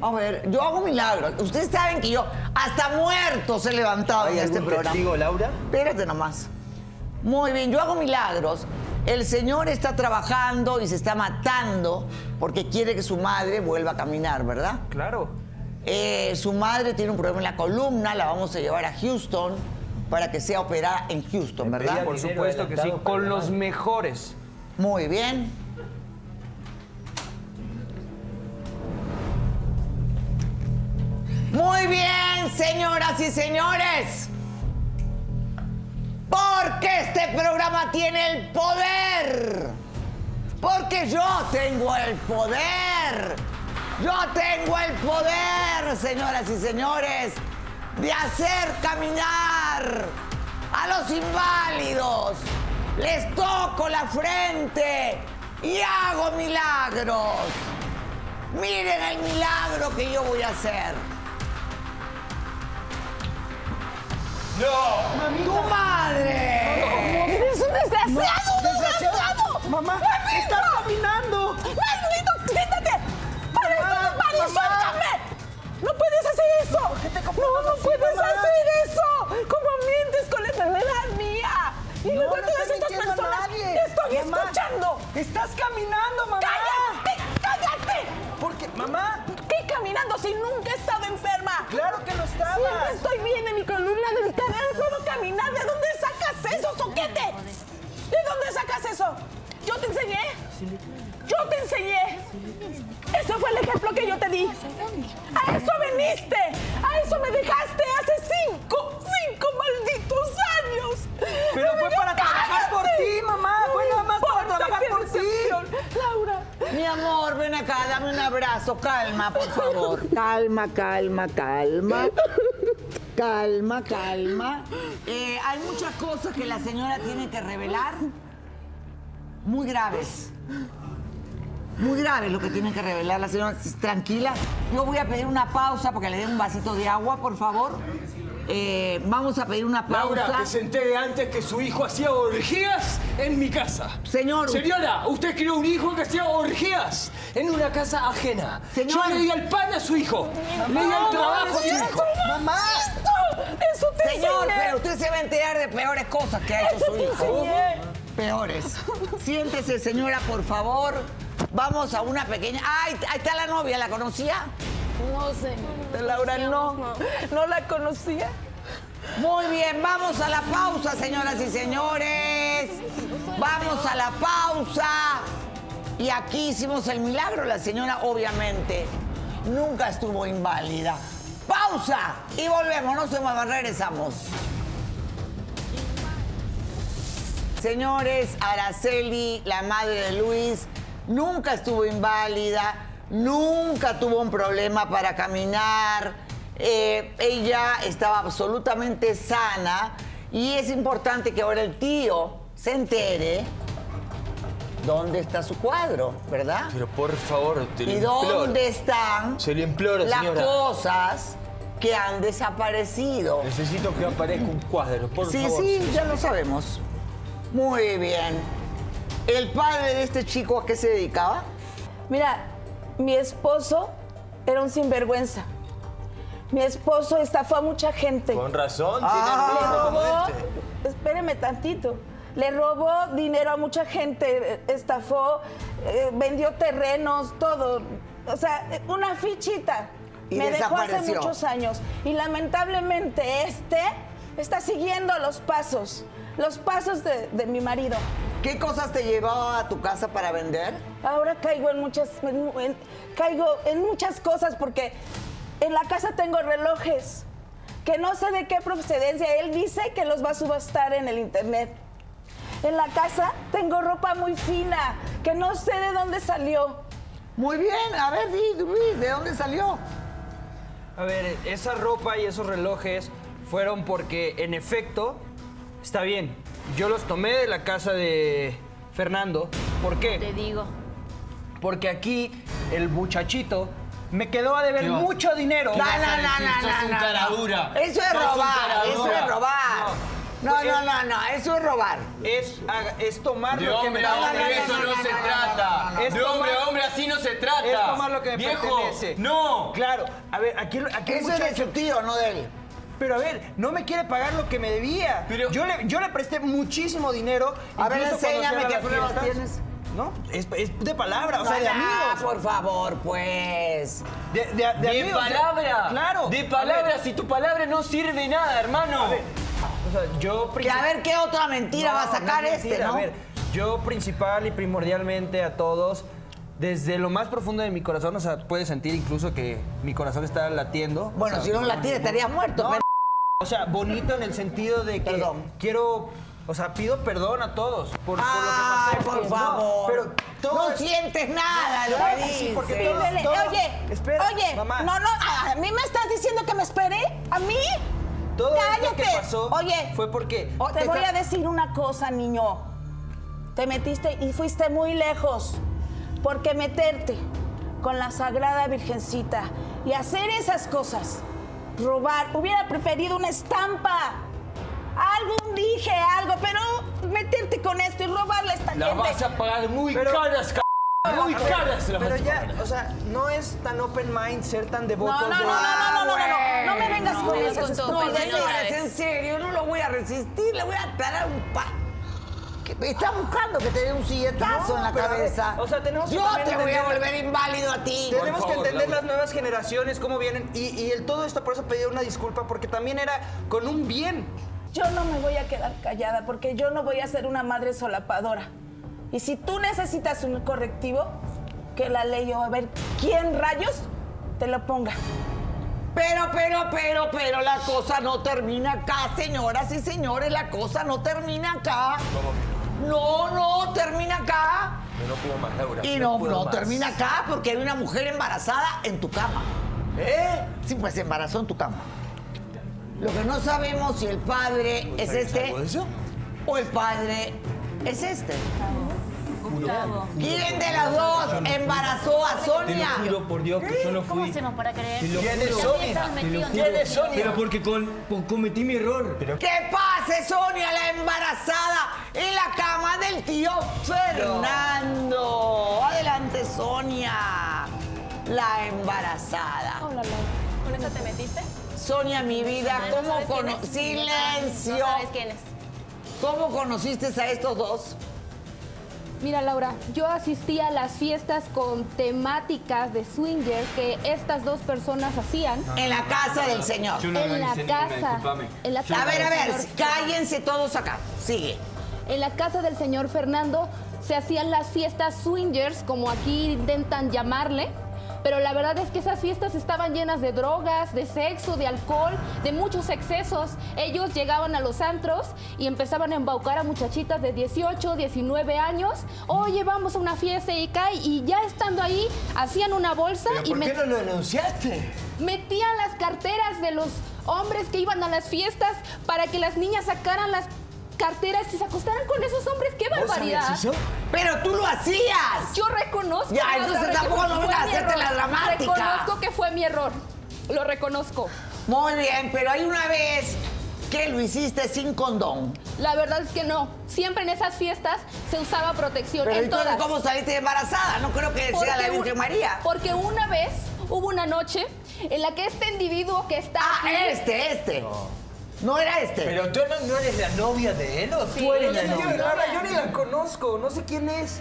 S1: A ver, yo hago milagros. Ustedes saben que yo hasta muertos he levantado en este programa.
S4: testigo, Laura?
S1: Espérate nomás. Muy bien, yo hago milagros. El señor está trabajando y se está matando porque quiere que su madre vuelva a caminar, ¿verdad?
S4: Claro.
S1: Eh, su madre tiene un problema en la columna, la vamos a llevar a Houston para que sea operada en Houston, ¿verdad?
S4: Por supuesto que sí, con los mejores.
S1: Muy bien. Muy bien, señoras y señores. Porque este programa tiene el poder. Porque yo tengo el poder. Yo tengo el poder, señoras y señores, de hacer caminar a los inválidos. Les toco la frente y hago milagros. Miren el milagro que yo voy a hacer. ¡No! ¡Tu madre!
S11: ¡Eres un desgraciado! ¡Un desgraciado! ¡Mamá! ¡Está caminando! ¡Maldito! ¡Quítate! ¡Para esto, para suéltame! ¡No puedes hacer eso! ¡No, no puedes hacer eso! ¿Cómo mientes con la enfermedad mía? Y
S5: No,
S11: no,
S5: no
S11: todas
S5: estoy
S11: estas
S5: mintiendo a
S11: personas
S5: nadie.
S11: te estoy
S5: Mamá,
S11: escuchando!
S5: ¡Estás caminando, mamá!
S11: ¡Cállate! ¡Cállate!
S5: Porque, mamá,
S11: ¿Qué caminando si nunca he estado enferma?
S5: claro que no estabas.
S11: Siempre estoy bien en mi columna vertebral, puedo caminar. ¿De dónde sacas eso, soquete? ¿De dónde sacas eso? Yo te enseñé. Yo te enseñé. Ese fue el ejemplo que yo te di. A eso veniste. A eso me dejaste hace cinco, cinco malditos años.
S5: Pero fue
S11: Yo-
S5: para trabajar por
S11: ¡Cállate!
S5: ti, mamá. Fue nada más para
S11: importa
S5: trabajar
S11: qué
S5: por ti.
S11: decepción. Laura,
S1: Mi amor, ven acá, dame un abrazo. Calma, por favor. Calma, calma, calma. Calma, calma. Eh, hay muchas cosas que la señora tiene que revelar. Muy graves. Muy graves lo que tiene que revelar la señora. Tranquila. Yo voy a pedir una pausa porque le dé un vasito de agua, por favor. Eh, vamos a pedir una pausa.
S6: Laura, que se entere antes que su hijo hacía orgías en mi casa.
S1: Señor,
S6: Señora, usted crió un hijo que hacía orgías en una casa ajena.
S1: Señor.
S6: Yo le di el pan a su hijo. le di el trabajo a su hijo.
S1: Mamá.
S11: eso te
S1: Señor,
S11: enseñé.
S1: pero usted se va a enterar de peores cosas que ha hecho
S11: Eso
S1: su
S11: te
S1: hijo.
S11: enseñé.
S1: Peores. Siéntese, señora, por favor. Vamos a una pequeña. ¡Ay! Ahí está la novia, ¿la conocía?
S11: No, señor. Laura, no. No la conocía.
S1: Muy bien, vamos a la pausa, señoras y señores. Vamos a la pausa. Y aquí hicimos el milagro. La señora, obviamente, nunca estuvo inválida. Pausa y volvemos, no se muevan, regresamos. Señores, Araceli, la madre de Luis, nunca estuvo inválida, nunca tuvo un problema para caminar. Eh, ella estaba absolutamente sana y es importante que ahora el tío se entere dónde está su cuadro, ¿verdad?
S10: Pero por favor, te lo
S1: ¿Y
S10: imploro.
S1: dónde están
S10: Se lo imploro,
S1: las
S10: señora.
S1: cosas que han desaparecido?
S10: Necesito que aparezca un cuadro, por
S1: sí,
S10: favor.
S1: sí, ya lo sabemos. Muy bien. ¿El padre de este chico a qué se dedicaba?
S11: Mira, mi esposo era un sinvergüenza. Mi esposo estafó a mucha gente.
S10: Con razón,
S1: Ah.
S11: Le
S10: tiene razón
S11: robó,
S10: este.
S11: espéreme tantito, le robó dinero a mucha gente, eh, estafó, eh, vendió terrenos, todo. O sea, eh, una fichita.
S1: Y
S11: Me dejó hace
S1: desapareció.
S11: muchos años. Y lamentablemente este está siguiendo los pasos, los pasos de, de mi marido.
S1: ¿Qué cosas te llevaba a tu casa para vender?
S11: Ahora caigo en muchas, en- en- caigo en muchas cosas porque en la casa tengo relojes que no sé de qué procedencia. Él dice que los va a subastar en el internet. En la casa tengo ropa muy fina que no sé de dónde salió.
S1: Muy bien, a ver, di, Luis, ¿de dónde salió?
S4: A ver, esa ropa y esos relojes fueron porque, en efecto, está bien. Yo los tomé de la casa de Fernando. ¿Por qué?
S9: Te digo.
S4: Porque aquí el muchachito me quedó a deber
S1: ¿Qué va?
S4: mucho dinero.
S1: No, no, Ah, no, no, no, no. Eso es robar, eso es robar.
S4: Pues
S1: No, no, no, no, eso es robar.
S4: Es, haga- es tomar
S6: De
S4: lo que
S6: hombre
S4: me
S6: a hombre eso no se trata.
S4: Es
S6: De hombre
S4: tomar-
S6: a hombre así no se trata.
S4: Es tomar lo que me
S6: Viejo,
S4: pertenece.
S6: no.
S4: Claro. A ver, aquí, aquí
S6: Eso es de su
S1: tío, no de él.
S4: Pero a ver, no me quiere pagar lo que me debía. yo, le, yo le presté muchísimo dinero.
S1: A ver,
S4: incluso cuando
S1: enséñame
S4: hacía
S1: qué
S4: las
S1: pruebas
S4: fiestas.
S1: tienes.
S4: No, es, es de palabra, o sea, de
S1: No,
S4: amigos.
S1: por favor, pues.
S4: De, de,
S2: De,
S4: amigos, o sea,
S2: palabra.
S4: Claro.
S2: De
S4: A ver,
S2: palabra, si tu palabra no sirve de nada, hermano.
S4: O sea, yo
S1: Que a ver qué otra mentira
S4: No,
S1: va a sacar
S4: no es
S1: este,
S4: mentira.
S1: ¿no?
S4: A ver, yo principal y primordialmente a todos, desde lo más profundo de mi corazón, o sea, puedes sentir incluso que mi corazón está latiendo.
S1: Bueno,
S4: o sea,
S1: si no la tira estarías muerto.
S4: No,
S1: pero-
S4: O sea, bonito en el sentido de que quiero, o sea, pido perdón a todos por, por
S1: Ay,
S4: lo que pasé.
S1: Ah, por
S4: No,
S1: favor.
S4: pero todo
S1: no
S4: es-
S1: sientes nada,
S4: No,
S1: lo
S4: claro
S1: que
S4: que sí,
S1: dices.
S4: porque todo-
S11: Pídele.
S4: todo-
S11: Oye,
S4: Espera,
S11: oye,
S4: mamá.
S11: no, no, a mí me estás diciendo que me espere, a mí.
S4: Todo esto
S11: Cállate.
S4: que pasó
S11: Oye,
S4: fue porque
S11: te voy
S4: está-
S11: a decir una cosa, niño. Te metiste y fuiste muy lejos, porque meterte con la Sagrada Virgencita y hacer esas cosas, robar, hubiera preferido una estampa. Algo dije, algo, pero meterte con esto y robarle a esta
S6: Las
S11: gente.
S6: vas a pagar muy
S4: Pero-
S6: caras, c Muy
S4: A ver,
S6: caras
S4: Pero
S6: las vas a
S4: ya,
S6: pagar.
S4: o sea, no es tan open mind ser tan devoto.
S11: No, no,
S4: de-
S11: no, no, no, no, no, no, no me vengas
S1: No,
S11: con
S1: no,
S11: esas
S1: no, no,
S11: estupideces.
S1: señores, en serio, no lo voy a resistir, le voy a tarar un pa. que- Está buscando que te dé un silletazo
S4: No,
S1: en la
S4: pero a ver,
S1: cabeza.
S4: o sea, tenemos que
S1: Yo
S4: también
S1: te voy a
S4: entender-
S1: volver inválido a ti.
S4: Tenemos
S6: Por
S4: que
S6: favor,
S4: entender
S6: Laura.
S4: las nuevas generaciones, cómo vienen. Y, y el todo esto, por eso pedí una disculpa, porque también era con un bien.
S11: Yo no me voy a quedar callada porque yo no voy a ser una madre solapadora. Y si tú necesitas un correctivo, que la ley o a ver quién rayos te lo ponga.
S1: Pero, pero, pero, pero la cosa no termina acá, señoras y señores, la cosa no termina acá. No, no, termina acá.
S10: Yo no puedo más, Laura.
S1: Y no,
S10: puedo
S1: no
S10: más.
S1: termina acá porque hay una mujer embarazada en tu cama. ¿Eh? Sí, pues se embarazó en tu cama. Lo que no sabemos si el padre es este o el padre es este. ¿Quién de las dos embarazó a
S2: Te lo
S1: Sonia?
S2: juro por Dios que yo no fui.
S9: ¿Cómo hacemos para creer?
S2: Te lo
S9: ¿Quién
S2: juro.
S9: es Sonia?
S2: Te lo juro.
S1: ¿Quién es Sonia?
S2: Pero porque con- con- cometí mi error.
S1: ¿Qué pase, Sonia, la embarazada en la cama del tío Fernando? Adelante, Sonia, la embarazada.
S7: Hola, Laura. ¿Con esa te metiste?
S1: Sonia, mi vida,
S7: Ah, no
S1: ¿cómo
S7: sabes quién
S1: cono-
S7: es.
S1: Silencio.
S7: No sabes quién es.
S1: ¿Cómo conociste a estos dos?
S12: Mira, Laura, yo asistí a las fiestas con temáticas de swinger que estas dos personas hacían.
S1: En la casa del señor.
S12: Yo no En la organicé ninguna, casa. discúlpame. En la
S1: a
S12: casa
S1: ver, a
S12: del
S1: ver,
S12: señor.
S1: cállense todos acá. Sigue.
S12: En la casa del señor Fernando se hacían las fiestas swingers, como aquí intentan llamarle. Pero la verdad es que esas fiestas estaban llenas de drogas, de sexo, de alcohol, de muchos excesos. Ellos llegaban a los antros y empezaban a embaucar a muchachitas de 18, 19 años. Oye, vamos a una fiesta y cae. Y ya estando ahí, hacían una bolsa
S10: ¿Pero
S12: y
S10: por qué
S12: met-
S10: no lo denunciaste?
S12: metían las carteras de los hombres que iban a las fiestas para que las niñas sacaran las carteras y se acostaran con esos hombres. ¡Qué barbaridad!
S10: sabías eso?
S1: Pero tú lo hacías.
S12: Yo reconozco.
S1: Ya,
S12: Marta,
S1: entonces tampoco no
S12: reconozco
S1: vengas a
S12: que fue mi
S1: hacerte la
S12: error.
S1: dramática.
S12: Reconozco que fue mi error. Lo reconozco.
S1: Muy bien, pero hay una vez que lo hiciste sin condón.
S12: La verdad es que no. Siempre en esas fiestas se usaba protección.
S1: Pero
S12: en
S1: entonces,
S12: todas.
S1: ¿cómo saliste embarazada? No creo que sea la
S12: Porque
S1: Virgen
S12: un-
S1: María.
S12: Porque una vez hubo una noche en la que este individuo que está.
S1: Ah,
S12: aquí-
S1: este, este. No era este.
S10: Pero tú no, no eres la novia de él, ¿o
S12: Sí,
S10: tú eres
S12: yo
S10: la
S12: soy
S10: novia?
S12: la
S4: Ahora, yo ni la conozco, no sé quién es.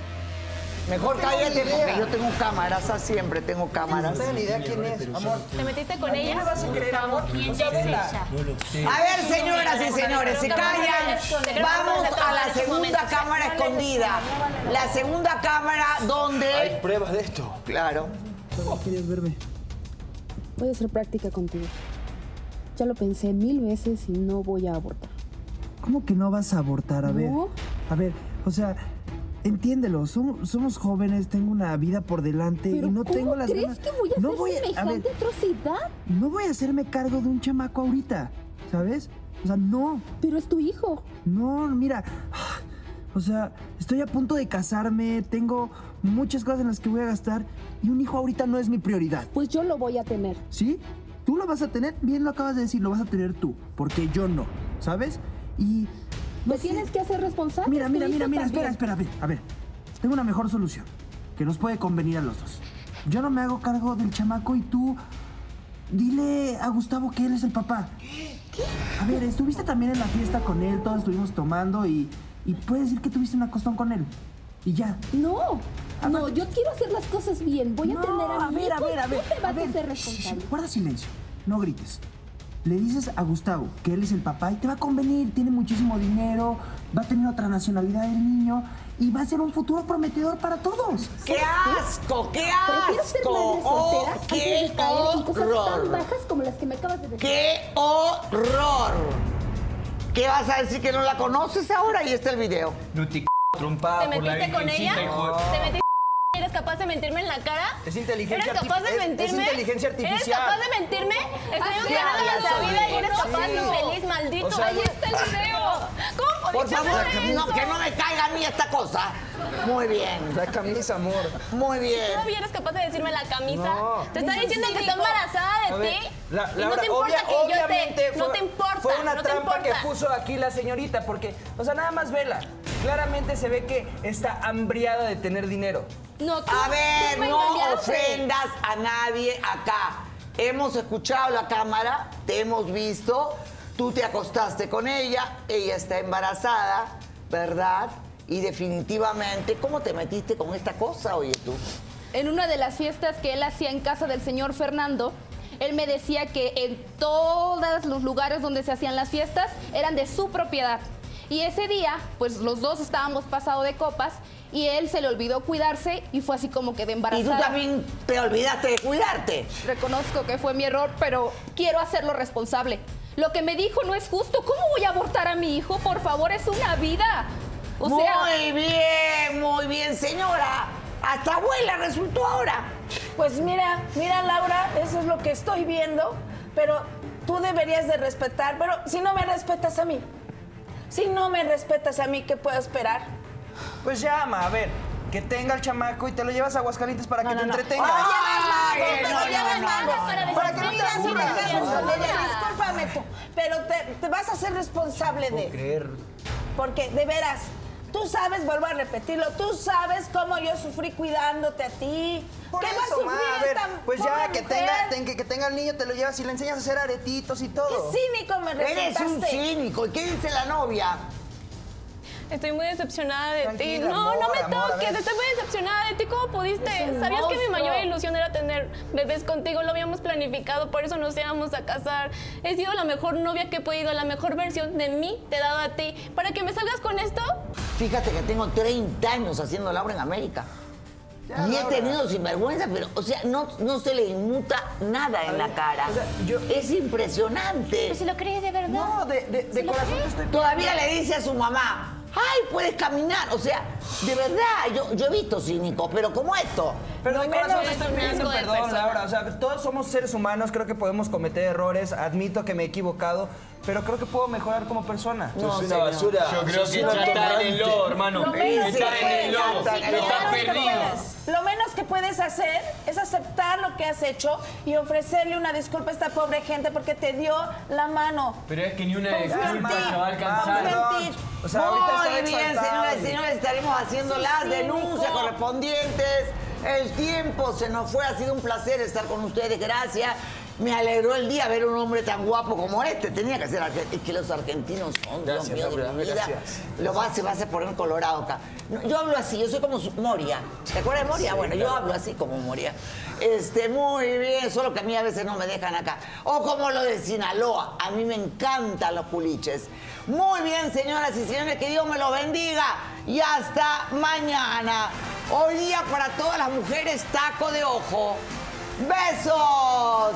S1: Mejor
S4: no tengo
S1: cállate
S4: ni idea.
S1: porque yo tengo cámaras, ah, siempre tengo
S4: No
S1: cámaras.
S4: tengo ni idea quién es, amor.
S9: ¿Te metiste con
S4: ¿A quién
S9: ella?
S4: le vas a creer,
S9: Por favor,
S4: amor?
S9: ¿Quién
S4: O sea,
S9: es
S4: vela.
S9: ella?
S1: A ver, señoras y señores, se callan. Vamos a
S12: este
S1: la segunda cámara escondida. La segunda cámara
S10: Hay
S1: donde...
S10: pruebas de esto.
S1: Claro.
S12: Voy a hacer práctica contigo. Ya lo pensé mil veces y no voy a abortar.
S13: ¿Cómo que no vas a abortar? A ver.
S12: No.
S13: A ver, o sea, entiéndelo. som- somos jóvenes, tengo una vida por delante y no
S12: ¿cómo
S13: tengo las
S12: crees
S13: ganas-
S12: que voy a
S13: no
S12: hacer
S13: voy a, a ver,
S12: semejante atrocidad?
S13: no voy a hacerme cargo de un chamaco ahorita, ¿sabes? O sea, no,
S12: Pero es tu hijo.
S13: no, mira. O sea, estoy a punto de casarme, tengo
S4: muchas cosas en las que voy a gastar y un hijo ahorita no es mi prioridad.
S12: Pues yo lo voy a tener.
S4: ¿Sí? Tú lo vas a tener, bien lo acabas de decir, lo vas a tener tú, porque yo no, ¿sabes? Y...
S12: Te tienes que hacer responsable.
S4: Pues Mira,
S12: tu
S4: mira,
S12: hijo
S4: mira, mira, espera,
S12: también.
S4: espera, a ver, a ver. Tengo una mejor solución que nos puede convenir a los dos. Yo no me hago cargo del chamaco y tú dile a Gustavo que él es el papá. ¿Qué? A ver, estuviste también en la fiesta con él, todos estuvimos tomando y, y puedes decir que tuviste una costón con él. Y ya.
S12: No, no, yo quiero hacer las cosas bien. Voy a
S4: No,
S12: tener a,
S4: a
S12: mi
S4: ver, a
S12: hijo y
S4: ver, a ver,
S12: Tú te vas
S4: a ver.
S12: a hacer
S4: Shh,
S12: responsable.
S4: guarda silencio, no grites. Le dices a Gustavo que él es el papá y te va a convenir, tiene muchísimo dinero, va a tener otra nacionalidad el niño y va a ser un futuro prometedor para todos.
S1: ¡Qué asco! ¡Qué
S12: Prefiero ser
S1: asco!
S12: madre soltera
S1: ¡Oh,
S12: antes
S1: qué
S12: de caer en cosas
S1: horror!
S12: tan bajas como las que me acabas de decir.
S1: ¡Qué horror! ¿Qué vas a decir que no la conoces ahora? Ahí está el video.
S9: Luti, trompada
S7: ¿Te
S9: por la
S7: metiste con ella?
S9: virgencita, hijo de-
S7: ¿Te metiste ¿Eres capaz de mentirme en la cara?
S9: Es inteligencia
S7: ¿Eres capaz de
S9: artifi- es- es
S7: mentirme?
S9: inteligencia
S7: ¿Eres
S9: artificial.
S7: capaz de mentirme? Estuvimos
S12: Así
S7: ganando
S12: hablas,
S7: la vida y
S12: oye,
S7: eres
S12: no,
S7: capaz de
S12: sí.
S7: infeliz, maldito.
S12: O sea,
S7: Ahí está el video. ¿Cómo
S1: Por
S7: podías
S1: favor,
S7: hacer
S1: que no,
S7: eso?
S1: que no me caiga a mí esta cosa. Muy bien.
S9: La camisa, amor.
S1: Muy bien.
S7: ¿Todavía eres capaz de decirme la camisa?
S9: No.
S7: ¿Te está diciendo que está
S9: A
S7: embarazada de
S9: ver,
S7: ti?
S9: la-
S7: Y no
S9: Laura,
S7: te importa
S9: obvia-
S7: que yo
S9: obviamente
S7: te... no
S9: fue-
S7: te importa,
S14: Fue una
S7: no te
S14: trampa
S7: importa.
S14: que puso aquí la señorita, porque, o sea, nada más vela. Claramente se ve que está hambriada de tener dinero.
S12: No, tú-
S1: A
S12: tú
S1: ver,
S12: me
S1: no
S12: engañaste.
S1: ofendas a nadie acá. Hemos escuchado la cámara, te hemos visto, tú te acostaste con ella, ella está embarazada, ¿verdad? Y definitivamente, ¿cómo te metiste con esta cosa, oye tú?
S12: En una de las fiestas que él hacía en casa del señor Fernando, él me decía que en todos los lugares donde se hacían las fiestas eran de su propiedad. Y ese día, pues los dos estábamos pasado de copas y él se le olvidó cuidarse y fue así como que de
S1: Y tú
S12: embarazada.
S1: también te olvidaste de cuidarte.
S12: Reconozco que fue mi error, pero quiero hacerlo responsable. Lo que me dijo no es justo. ¿Cómo voy a abortar a mi hijo? Por favor, es una vida. O sea,
S1: muy bien, muy bien, señora. Hasta abuela resultó ahora.
S11: Pues mira, mira Laura, eso es lo que estoy viendo, pero tú deberías de respetar, pero si no me respetas a mí, si no me respetas a mí, ¿qué puedo esperar?
S9: Pues llama, a ver, que tenga el chamaco y te lo llevas a Aguascalientes para que te entretenga.
S11: No lleves
S1: Ay,
S11: magos, pero
S1: no, no,
S11: lleves
S1: no,
S11: magos
S1: no,
S11: para
S1: no.
S11: Para que no te
S1: Mira,
S11: aburras.
S1: sí,
S11: Eso,
S1: no, no,
S11: oye,
S1: no.
S11: Discúlpame tú, pero te, te vas a ser responsable de él. Porque, de veras, tú sabes, vuelvo a repetirlo, tú sabes cómo yo sufrí cuidándote a ti.
S9: Por
S11: ¿Qué va a
S9: eso,
S11: sufrir
S9: ma, a ver,
S11: esta
S9: pues
S11: pobre
S9: ya que
S11: mujer?
S9: tenga, ten- que, que tenga el niño, te lo llevas y le enseñas a hacer aretitos y todo.
S11: Qué cínico me
S1: Eres
S11: resultaste.
S1: un cínico. ¿Y qué dice la novia?
S7: Estoy muy decepcionada de ti.
S9: Tranquila,
S7: No, no
S9: amor,
S7: me
S9: amor, a
S7: toques.
S9: ver.
S7: Estoy muy decepcionada de ti. ¿Cómo pudiste?
S11: Es un
S7: Sabías que mi
S11: monstruo.
S7: mayor ilusión era tener bebés contigo. Lo habíamos planificado, por eso nos íbamos a casar. He sido la mejor novia que he podido, la mejor versión de mí te he dado a ti. ¿Para que me salgas con esto?
S1: Fíjate que tengo 30 años haciendo Laura en América. y he tenido sinvergüenza, pero, o sea, no, no se le inmuta nada en la cara. es impresionante.
S7: Pero si lo crees de verdad.
S9: No, de, de- de
S7: ¿Sí lo
S9: corazón
S7: crees?
S9: te estoy...
S1: Todavía le dice a su mamá, ay, puedes caminar. O sea, de verdad, yo, yo he visto cínicos, pero como esto.
S9: Pero de corazón te
S7: ves
S9: estoy
S7: un
S9: pidiendo
S7: asco de
S9: perdón,
S7: persona.
S9: Laura. O sea, todos somos seres humanos, creo que podemos cometer errores, admito que me he equivocado, pero creo que puedo mejorar como persona.
S1: No,
S6: Sos una
S1: señor.
S6: basura.
S2: Yo creo
S6: sos
S2: que
S6: una
S2: ya está en el lobo, hermano.
S11: Lo menos que
S2: Está en el
S11: puedes,
S2: lobo.
S11: sí, lo
S2: Está
S11: menos que
S2: perdido.
S11: puedes. Lo menos que puedes hacer es aceptar lo que has hecho y ofrecerle una disculpa a esta pobre gente porque te dio la mano.
S5: Pero es que ni una
S11: Confío en
S5: disculpa
S11: ti.
S5: se va
S11: Confío
S5: a
S11: en
S5: alcanzar.
S11: ti.
S9: O sea, ahorita
S1: Muy
S9: está
S1: bien,
S9: exaltado.
S1: señoras y señores, estaremos haciendo las denuncias correspondientes. El tiempo se nos fue, ha sido un placer estar con ustedes, gracias. Me alegró el día ver un hombre tan guapo como este. Tenía que ser argentino. Es que los argentinos son,
S6: Gracias,
S1: Dios mío, de
S6: Laura,
S1: mi vida.
S6: gracias.
S1: Lo vas, se vas a poner colorado acá. No, yo hablo así, yo soy como su- Moria. ¿Te acuerdas de Moria? bueno, yo hablo así como Moria. Este, muy bien, solo que a mí a veces no me dejan acá. O como lo de Sinaloa, a mí me encantan los culiches. Muy bien, señoras y señores, que Dios me los bendiga. Y hasta mañana. Hoy día para todas las mujeres, taco de ojo. ¡Besos!